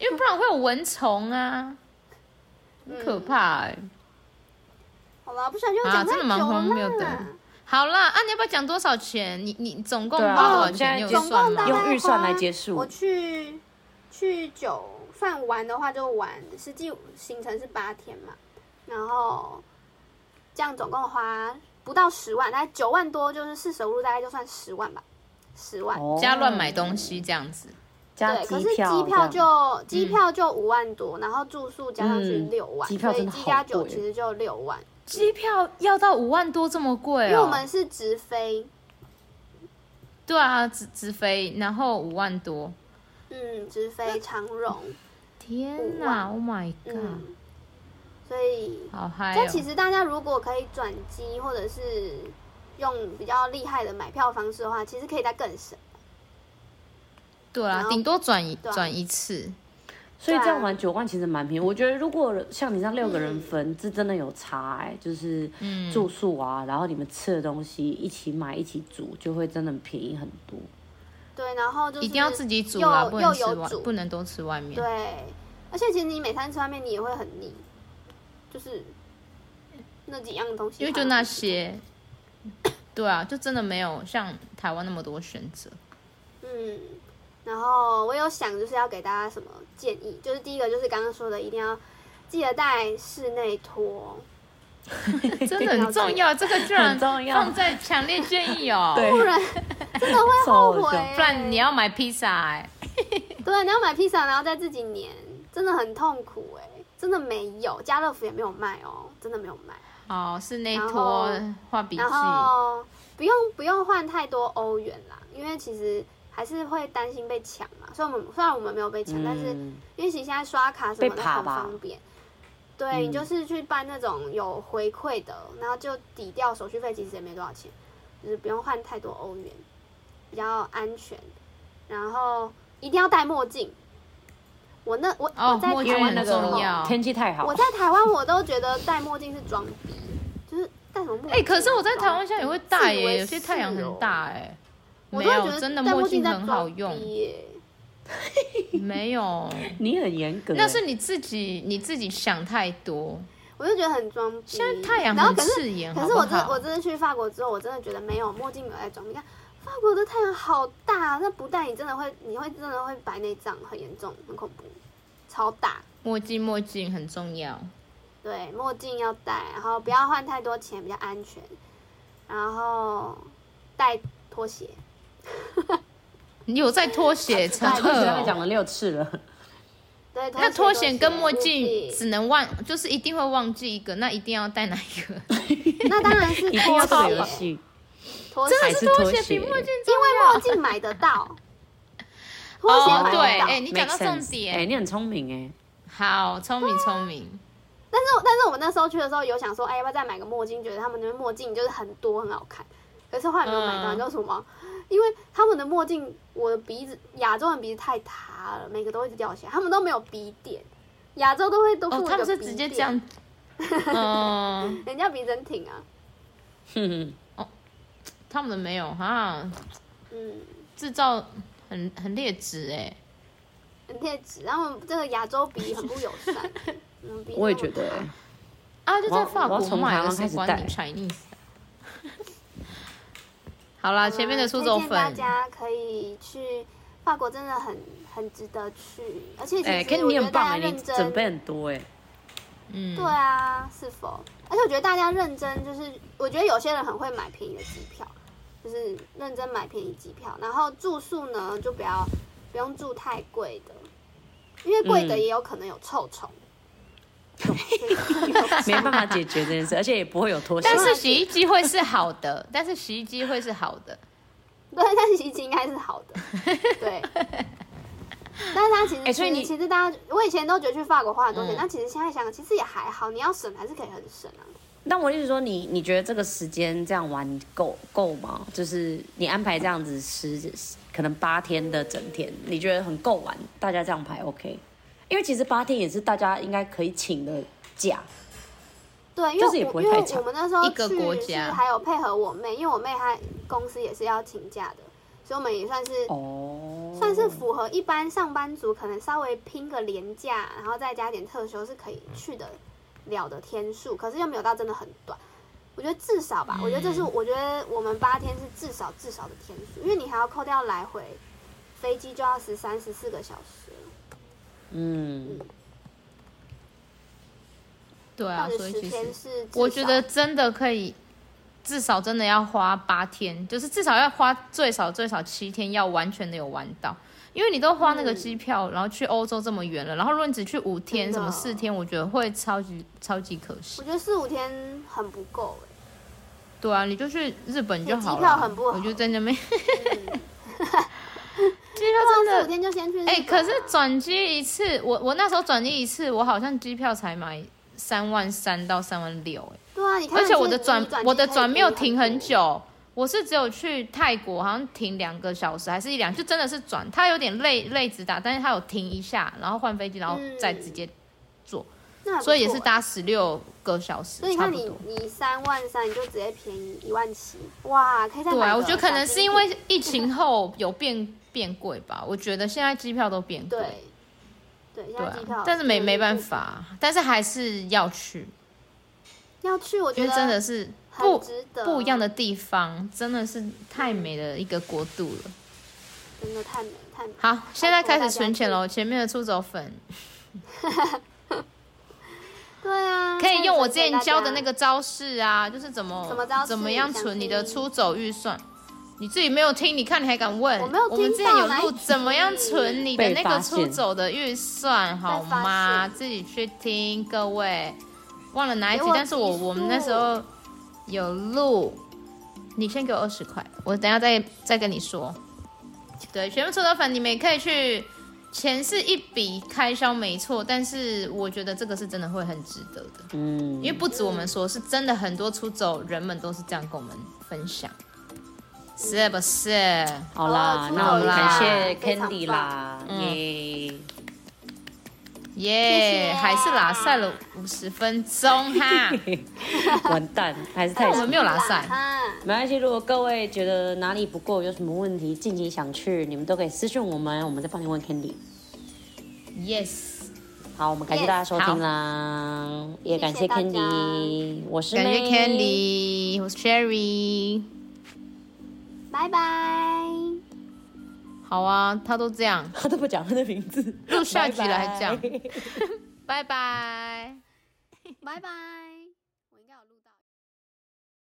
[SPEAKER 1] 因为不然会有蚊虫啊， <laughs> 很可怕哎、
[SPEAKER 3] 嗯好了，不小心又
[SPEAKER 1] 啊
[SPEAKER 3] 讲太
[SPEAKER 1] 真的蛮
[SPEAKER 3] 久
[SPEAKER 1] 荒谬
[SPEAKER 3] 了
[SPEAKER 1] 的
[SPEAKER 3] 啦。
[SPEAKER 1] 好啦，啊，你要不要讲多少钱？你你总共
[SPEAKER 2] 对啊
[SPEAKER 1] 花多
[SPEAKER 2] 我
[SPEAKER 1] 少
[SPEAKER 2] 们现
[SPEAKER 1] 钱？
[SPEAKER 2] 在
[SPEAKER 1] 你有
[SPEAKER 2] 就
[SPEAKER 3] 总
[SPEAKER 1] 算
[SPEAKER 3] 共大
[SPEAKER 1] 吗
[SPEAKER 3] 概？
[SPEAKER 2] 用预算
[SPEAKER 3] 花
[SPEAKER 2] 来结束
[SPEAKER 3] 我去去九算玩的话就玩，实际行程是八天嘛，然后这样总共花不到十万，大概九万多，就是四舍五入大概就算十万吧，十万。
[SPEAKER 2] 哦
[SPEAKER 1] 加乱买东西这样子，
[SPEAKER 2] 加
[SPEAKER 3] 对，可
[SPEAKER 2] 机
[SPEAKER 3] 是
[SPEAKER 2] 票
[SPEAKER 3] 机
[SPEAKER 2] 这样，
[SPEAKER 3] 就机票就五万多，然后住宿加上去
[SPEAKER 2] 嗯
[SPEAKER 3] 六万，
[SPEAKER 2] 机票
[SPEAKER 3] 所以
[SPEAKER 2] 真的
[SPEAKER 3] 机
[SPEAKER 2] 好
[SPEAKER 3] 加九
[SPEAKER 2] 贵
[SPEAKER 3] 其实就六万，
[SPEAKER 1] 机票要到五万多这么贵、哦？
[SPEAKER 3] 因为我们是直飞，
[SPEAKER 1] 对啊，直直飞，然后五万多，
[SPEAKER 3] 嗯，直飞长
[SPEAKER 1] <laughs>
[SPEAKER 3] 荣，
[SPEAKER 1] 天
[SPEAKER 3] 五
[SPEAKER 1] 哪
[SPEAKER 3] 万
[SPEAKER 1] ！Oh my god，、
[SPEAKER 3] 嗯，所以
[SPEAKER 1] 好嗨、哦！
[SPEAKER 3] 但其实大家如果可以转机，或者是用比较厉害的买票方式的话，其实可以再更省。
[SPEAKER 1] 对啊
[SPEAKER 3] 然，后
[SPEAKER 1] 顶多转一
[SPEAKER 3] 对啊
[SPEAKER 1] 转一次，
[SPEAKER 2] 所以这
[SPEAKER 3] 对
[SPEAKER 2] 样
[SPEAKER 3] 啊
[SPEAKER 2] 玩九万其实蛮便宜。我觉得如果像你这样六个人分，这真的有差哎，就是
[SPEAKER 1] 嗯
[SPEAKER 2] 住宿啊，然后你们吃的东西一起买一起煮，就会真的便宜很多。
[SPEAKER 3] 对，然后就是
[SPEAKER 1] 一定要自己煮啦，
[SPEAKER 3] 又
[SPEAKER 1] 不能吃
[SPEAKER 3] 又有
[SPEAKER 1] 外，
[SPEAKER 3] 煮
[SPEAKER 1] 不能都吃外面。
[SPEAKER 3] 对，而且其实你每餐吃外面，你也会很腻，就是那几样东西，
[SPEAKER 1] 因为就那。些，对啊，就真的没有像台湾那么多选
[SPEAKER 3] <laughs>
[SPEAKER 1] 择。
[SPEAKER 3] 嗯，然后我有想就是要给大家什么建议，就是第一个就是刚刚说的，一定要记得带室内拖，
[SPEAKER 1] 真的很重要，这个居然
[SPEAKER 2] 很重要
[SPEAKER 1] 放在强烈建议哦。
[SPEAKER 2] <laughs> 对，
[SPEAKER 3] 不然 <laughs> 真的会后悔、
[SPEAKER 2] 超好
[SPEAKER 3] 欸
[SPEAKER 1] 不然你要买披萨哎、
[SPEAKER 3] 对，你要买披萨，然后再自己粘，真的很痛苦哎、真的没有，家乐福也没有卖哦，真的没有卖。
[SPEAKER 1] 哦，室内拖
[SPEAKER 3] 然
[SPEAKER 1] 画笔记
[SPEAKER 3] 然，后不用不用换太多欧元啦，因为其实还是会担心被抢嘛。虽然我们虽然我们没有被抢，但是
[SPEAKER 2] 嗯
[SPEAKER 3] 因为其实现在刷卡什
[SPEAKER 2] 被
[SPEAKER 3] 么的
[SPEAKER 2] 爬
[SPEAKER 3] 很
[SPEAKER 2] 吧嗯
[SPEAKER 3] 方便。对，你就是去办那种有回馈的，然后就抵掉手续费，其实也没多少钱，就是不用换太多欧元，比较安全。然后一定要戴墨镜。我那我、
[SPEAKER 1] 哦
[SPEAKER 3] 我在
[SPEAKER 1] 墨
[SPEAKER 2] 因
[SPEAKER 1] 镜
[SPEAKER 3] 台
[SPEAKER 2] 为
[SPEAKER 3] 湾
[SPEAKER 2] 那
[SPEAKER 3] 的
[SPEAKER 1] 很
[SPEAKER 3] 时候
[SPEAKER 1] 重要
[SPEAKER 2] 个天气太好，
[SPEAKER 3] 我在台湾我都觉得戴墨镜是装逼，就是戴什么墨镜。
[SPEAKER 1] 哎、可是我在台湾现在也会戴耶、
[SPEAKER 3] 自以为是哦
[SPEAKER 1] 有些太阳很大哎、
[SPEAKER 3] 我
[SPEAKER 1] 没
[SPEAKER 3] 都会觉
[SPEAKER 1] 有，
[SPEAKER 3] 得
[SPEAKER 1] 真的
[SPEAKER 3] 戴
[SPEAKER 1] 墨镜
[SPEAKER 3] 镜在
[SPEAKER 1] 很好
[SPEAKER 3] 装逼
[SPEAKER 1] 用，
[SPEAKER 3] 耶
[SPEAKER 1] 没有，
[SPEAKER 2] 你很严格欸，
[SPEAKER 1] 那是你自己你自己想太多。
[SPEAKER 3] 我就觉得很装逼。
[SPEAKER 1] 现在太阳
[SPEAKER 3] 然后
[SPEAKER 1] 很
[SPEAKER 3] 可是
[SPEAKER 1] 刺眼，
[SPEAKER 3] 可
[SPEAKER 1] 好
[SPEAKER 3] 是
[SPEAKER 1] 不
[SPEAKER 3] 我真的
[SPEAKER 1] 好
[SPEAKER 3] 我？真的去法国之后，我真的觉得没有墨镜没有在装逼。你看法国的太阳好大，那不戴你真的会你会真的会白内障，很严重，很恐怖，超大。
[SPEAKER 1] 墨镜墨镜很重要，
[SPEAKER 3] 对，墨镜要戴，然后不要换太多钱，比较安全。然后带拖鞋，
[SPEAKER 1] 你有在拖鞋，乘
[SPEAKER 3] <laughs> 我
[SPEAKER 2] 拖
[SPEAKER 3] 拖
[SPEAKER 2] 鞋上
[SPEAKER 3] 鞋
[SPEAKER 2] 面
[SPEAKER 1] 二
[SPEAKER 2] 讲
[SPEAKER 1] 哦。
[SPEAKER 2] 了六次了，
[SPEAKER 3] 对，
[SPEAKER 1] <laughs>
[SPEAKER 3] 拖
[SPEAKER 1] 那
[SPEAKER 3] 鞋
[SPEAKER 1] 拖鞋跟墨
[SPEAKER 3] 护
[SPEAKER 1] 镜 <laughs>
[SPEAKER 3] 具
[SPEAKER 1] 只能忘，就是一定会忘记一个，那一定要带哪一个？
[SPEAKER 3] 那当然是
[SPEAKER 2] 一定要这
[SPEAKER 3] 拖
[SPEAKER 2] 个游
[SPEAKER 3] 鞋，
[SPEAKER 2] 戏，
[SPEAKER 3] 拖鞋
[SPEAKER 1] 真的
[SPEAKER 2] <laughs> 还
[SPEAKER 1] 是
[SPEAKER 2] 是
[SPEAKER 1] 拖
[SPEAKER 2] 拖
[SPEAKER 1] 鞋
[SPEAKER 2] 鞋
[SPEAKER 1] 比墨镜重
[SPEAKER 3] 因为
[SPEAKER 1] 要
[SPEAKER 3] 墨。镜买得到，拖
[SPEAKER 1] <laughs>
[SPEAKER 3] 鞋
[SPEAKER 1] 哦，
[SPEAKER 3] 买
[SPEAKER 1] 对，
[SPEAKER 3] 得到。
[SPEAKER 1] 哎，你讲到
[SPEAKER 2] Make
[SPEAKER 1] 重
[SPEAKER 2] sense 哎、
[SPEAKER 1] 点，
[SPEAKER 2] 你很聪明哎、
[SPEAKER 1] 好，聪明聪明，
[SPEAKER 3] 但是但是我们那时候去的时候有想说，哎，要不要再买个墨镜？觉得他们那边墨镜就是很多很好看，可是后来没有买到，
[SPEAKER 1] 嗯
[SPEAKER 3] 你知道为什么吗？因为他们的墨镜，我的鼻子亚洲人鼻子太塌了，每个都一直掉下来，他们都没有鼻点，亚洲都会都
[SPEAKER 1] 哦
[SPEAKER 3] 附，一
[SPEAKER 1] 他
[SPEAKER 3] 个
[SPEAKER 1] 们是
[SPEAKER 3] 鼻
[SPEAKER 1] 直接
[SPEAKER 3] 垫
[SPEAKER 1] 这样， <laughs> 嗯，
[SPEAKER 3] 人家鼻子很挺啊，
[SPEAKER 2] 哼哼，
[SPEAKER 1] 他们的没有哈，
[SPEAKER 3] 嗯，
[SPEAKER 1] 制造很很劣质哎，
[SPEAKER 3] 很贴纸，他们这个亚洲鼻很不友善，嗯，鼻子
[SPEAKER 2] 我也
[SPEAKER 3] 那
[SPEAKER 2] 觉
[SPEAKER 3] 么
[SPEAKER 2] 得、
[SPEAKER 3] 塌
[SPEAKER 2] 欸，
[SPEAKER 1] 啊，就
[SPEAKER 2] 我
[SPEAKER 1] 在
[SPEAKER 2] 要
[SPEAKER 1] 法
[SPEAKER 2] 我要
[SPEAKER 1] 国
[SPEAKER 2] 从
[SPEAKER 1] 买
[SPEAKER 2] 台
[SPEAKER 1] 的，
[SPEAKER 2] 湾
[SPEAKER 1] 谁
[SPEAKER 2] 开始
[SPEAKER 1] 管你
[SPEAKER 2] 戴
[SPEAKER 1] Chinese？好
[SPEAKER 2] 啊
[SPEAKER 1] 啦，前面的出走
[SPEAKER 3] 嗯推荐大
[SPEAKER 1] 粉，
[SPEAKER 3] 家可以去法国，真的很很值得去，而且其
[SPEAKER 2] 哎、
[SPEAKER 3] 实
[SPEAKER 2] Kenny
[SPEAKER 3] 我
[SPEAKER 2] 你
[SPEAKER 3] 觉得
[SPEAKER 2] 很棒
[SPEAKER 3] 大家
[SPEAKER 2] 哎、
[SPEAKER 3] 认
[SPEAKER 2] 你
[SPEAKER 3] 真，
[SPEAKER 2] 准备很多哎、
[SPEAKER 1] 嗯，
[SPEAKER 3] 对啊，是否？而且我觉得大家认真，就是我觉得有些人很会买便宜的机票，就是认真买便宜机票，然后住宿呢就不要不用住太贵的，因为贵的
[SPEAKER 2] 嗯
[SPEAKER 3] 也有可能有臭虫。有
[SPEAKER 2] 没办法解决这件事，而且也不会有拖鞋
[SPEAKER 1] 但。是洗衣机会是好的，但是洗衣机会是好的。
[SPEAKER 3] 对， <laughs> 但是心情应该是好
[SPEAKER 2] <laughs>
[SPEAKER 3] 的，对。但是他其实，
[SPEAKER 2] 哎所以
[SPEAKER 3] 其实
[SPEAKER 2] 你
[SPEAKER 3] 其实大家，我以前都觉得去法国花很多钱，
[SPEAKER 1] 嗯
[SPEAKER 3] 但其实现在想，其实也还好，你要省还是可以很省啊。
[SPEAKER 2] 但我一直说你，你觉得这个时间这样玩够够吗？就是你安排这样子十可能八天的整天，你觉得很够玩？大家这样排 OK？因为其实八天也是大家应该可以请的假，
[SPEAKER 3] 对，因为
[SPEAKER 2] 就
[SPEAKER 3] 我
[SPEAKER 2] 是也不会
[SPEAKER 3] 因
[SPEAKER 2] 太
[SPEAKER 3] 为
[SPEAKER 2] 长
[SPEAKER 3] 我们那时候
[SPEAKER 1] 一个国
[SPEAKER 3] 去是
[SPEAKER 1] 家
[SPEAKER 3] 还有配合我妹，因为我妹她公司也是要请假的，所以我们也算是、
[SPEAKER 2] 哦，
[SPEAKER 3] 算是符合一般上班族可能稍微拼个年假，然后再加点特休是可以去的了的天数，可是又没有到真的很短。我觉得至少吧，我觉得这是
[SPEAKER 1] 嗯
[SPEAKER 3] 我觉得我们八天是至少至少的天数，因为你还要扣掉来回飞机就要十三十四个小时了，
[SPEAKER 2] 嗯，
[SPEAKER 1] 对啊
[SPEAKER 3] 到，底
[SPEAKER 1] 所以
[SPEAKER 3] 十
[SPEAKER 1] 其实
[SPEAKER 3] 天是至
[SPEAKER 1] 我觉
[SPEAKER 3] 少
[SPEAKER 1] 得真的可以，至少真的要花八天，就是至少要花最少最少七天，要完全的有玩到。因为你都花那个机票，然后去欧洲这么远了，然后如果你只去五天，
[SPEAKER 3] 真的
[SPEAKER 1] 什么四天，我觉得会超级超级可惜
[SPEAKER 3] 我。觉得四五天很不够欸
[SPEAKER 1] 对啊，你就去日本就好了。
[SPEAKER 3] 机票很不好
[SPEAKER 1] 我就在那
[SPEAKER 3] <laughs>
[SPEAKER 1] 边。机
[SPEAKER 3] 对啊
[SPEAKER 1] 票
[SPEAKER 3] 四五
[SPEAKER 1] 真的，
[SPEAKER 3] 天就先去日本
[SPEAKER 1] 哎、
[SPEAKER 3] 啊。
[SPEAKER 1] 可是转机一次，我我那时候转机一次，我好像机票才买三万三到三万六，哎。
[SPEAKER 3] 对啊，你看，
[SPEAKER 1] 而且我
[SPEAKER 3] 其
[SPEAKER 1] 的
[SPEAKER 3] 实
[SPEAKER 1] 转
[SPEAKER 3] 你机
[SPEAKER 1] 我的
[SPEAKER 3] 可以
[SPEAKER 1] 转没有
[SPEAKER 3] 便宜
[SPEAKER 1] 停很
[SPEAKER 3] 多，
[SPEAKER 1] 久，我是只有去泰国，好像停两个小时还是一两，就真的是转，它有点累累直达，但是它有停一下，然后换飞机，然后再直接，
[SPEAKER 3] 那还嗯不
[SPEAKER 1] 所以也
[SPEAKER 3] 错
[SPEAKER 1] 是
[SPEAKER 3] 欸
[SPEAKER 1] 搭十六个小时
[SPEAKER 3] 所以，你
[SPEAKER 1] 差
[SPEAKER 3] 看
[SPEAKER 1] 不
[SPEAKER 3] 你
[SPEAKER 1] 多。
[SPEAKER 3] 你三万三，你就直接便宜一万七，哇，可以再
[SPEAKER 1] 对
[SPEAKER 3] 买
[SPEAKER 1] 啊，
[SPEAKER 3] 个
[SPEAKER 1] 我觉得可能
[SPEAKER 3] 小
[SPEAKER 1] 是
[SPEAKER 3] 精
[SPEAKER 1] 因
[SPEAKER 3] 品
[SPEAKER 1] 为疫情后有变变贵吧，我觉得现在机票都变贵，
[SPEAKER 3] 对对，现
[SPEAKER 1] 对
[SPEAKER 3] 在机票
[SPEAKER 1] 啊，但是没
[SPEAKER 3] 便宜
[SPEAKER 1] 没办
[SPEAKER 3] 度
[SPEAKER 1] 法，但是还是要去，
[SPEAKER 3] 要去，我
[SPEAKER 1] 因
[SPEAKER 3] 觉
[SPEAKER 1] 为
[SPEAKER 3] 得
[SPEAKER 1] 真的是
[SPEAKER 3] 很
[SPEAKER 1] 不
[SPEAKER 3] 值得，
[SPEAKER 1] 不一样的地方，真的是太美的一个国度了。
[SPEAKER 3] 真的太美太美。
[SPEAKER 1] 好，现在开始存钱喽！前面的出走粉，
[SPEAKER 3] 对啊，
[SPEAKER 1] 可以用我之
[SPEAKER 3] 所
[SPEAKER 1] 前教的
[SPEAKER 3] 大家
[SPEAKER 1] 那个招式啊，就是怎么
[SPEAKER 3] 什么招式
[SPEAKER 1] 怎么样
[SPEAKER 3] 想
[SPEAKER 1] 存你
[SPEAKER 3] 听
[SPEAKER 1] 的出走预算。你自己没有听，你看你还敢问？
[SPEAKER 3] 我没有
[SPEAKER 1] 们之
[SPEAKER 3] 听
[SPEAKER 1] 前
[SPEAKER 3] 到
[SPEAKER 1] 有
[SPEAKER 3] 哪一
[SPEAKER 1] 录
[SPEAKER 3] 集
[SPEAKER 1] 怎么样存你的
[SPEAKER 2] 被
[SPEAKER 1] 那
[SPEAKER 2] 发
[SPEAKER 1] 个出
[SPEAKER 2] 现
[SPEAKER 1] 走的预算，好吗？
[SPEAKER 3] 被发
[SPEAKER 1] 自己去听，各位。忘了哪一集
[SPEAKER 3] 给，我
[SPEAKER 1] 但是我
[SPEAKER 3] 集数
[SPEAKER 1] 我们那时候有录。你先给我二十块，我等一下再再跟你说。对，全部臭豆粉，你们也可以去。钱是一笔开销没错，但是我觉得这个是真的会很值得的。
[SPEAKER 2] 嗯
[SPEAKER 1] 因为不止我们说，是真的很多出走人们都是这样跟我们分享，是不是？
[SPEAKER 2] 好啦，
[SPEAKER 3] 哦
[SPEAKER 2] 那我
[SPEAKER 1] 出
[SPEAKER 2] 们
[SPEAKER 1] 口啦
[SPEAKER 2] 感谢
[SPEAKER 3] 非常
[SPEAKER 2] Candy 啦，
[SPEAKER 1] 嗯
[SPEAKER 2] 耶！
[SPEAKER 1] 耶、
[SPEAKER 3] 谢谢啊
[SPEAKER 1] 还是拉晒了五十分钟
[SPEAKER 3] <laughs>
[SPEAKER 1] 哈，
[SPEAKER 2] <laughs> 完蛋，还是太
[SPEAKER 1] 我们没有拉晒。
[SPEAKER 3] 啊，
[SPEAKER 2] 没关系，如果各位觉得哪里不够，有什么问题，晋级想去，你们都可以私信我们，我们再帮你问 Candy。
[SPEAKER 1] yes，
[SPEAKER 2] 好，我们感谢
[SPEAKER 3] Yes，
[SPEAKER 2] 大家收听啦，也感谢
[SPEAKER 3] 谢谢大家
[SPEAKER 2] Candy，我是
[SPEAKER 1] 感谢
[SPEAKER 2] May
[SPEAKER 1] Candy，我是 Cherry，
[SPEAKER 3] 拜拜。
[SPEAKER 1] 好啊，他都这样，
[SPEAKER 2] <laughs> 他都不讲他的名字，
[SPEAKER 1] 录下集了还
[SPEAKER 2] 拜拜
[SPEAKER 1] 讲拜拜。
[SPEAKER 3] 拜拜。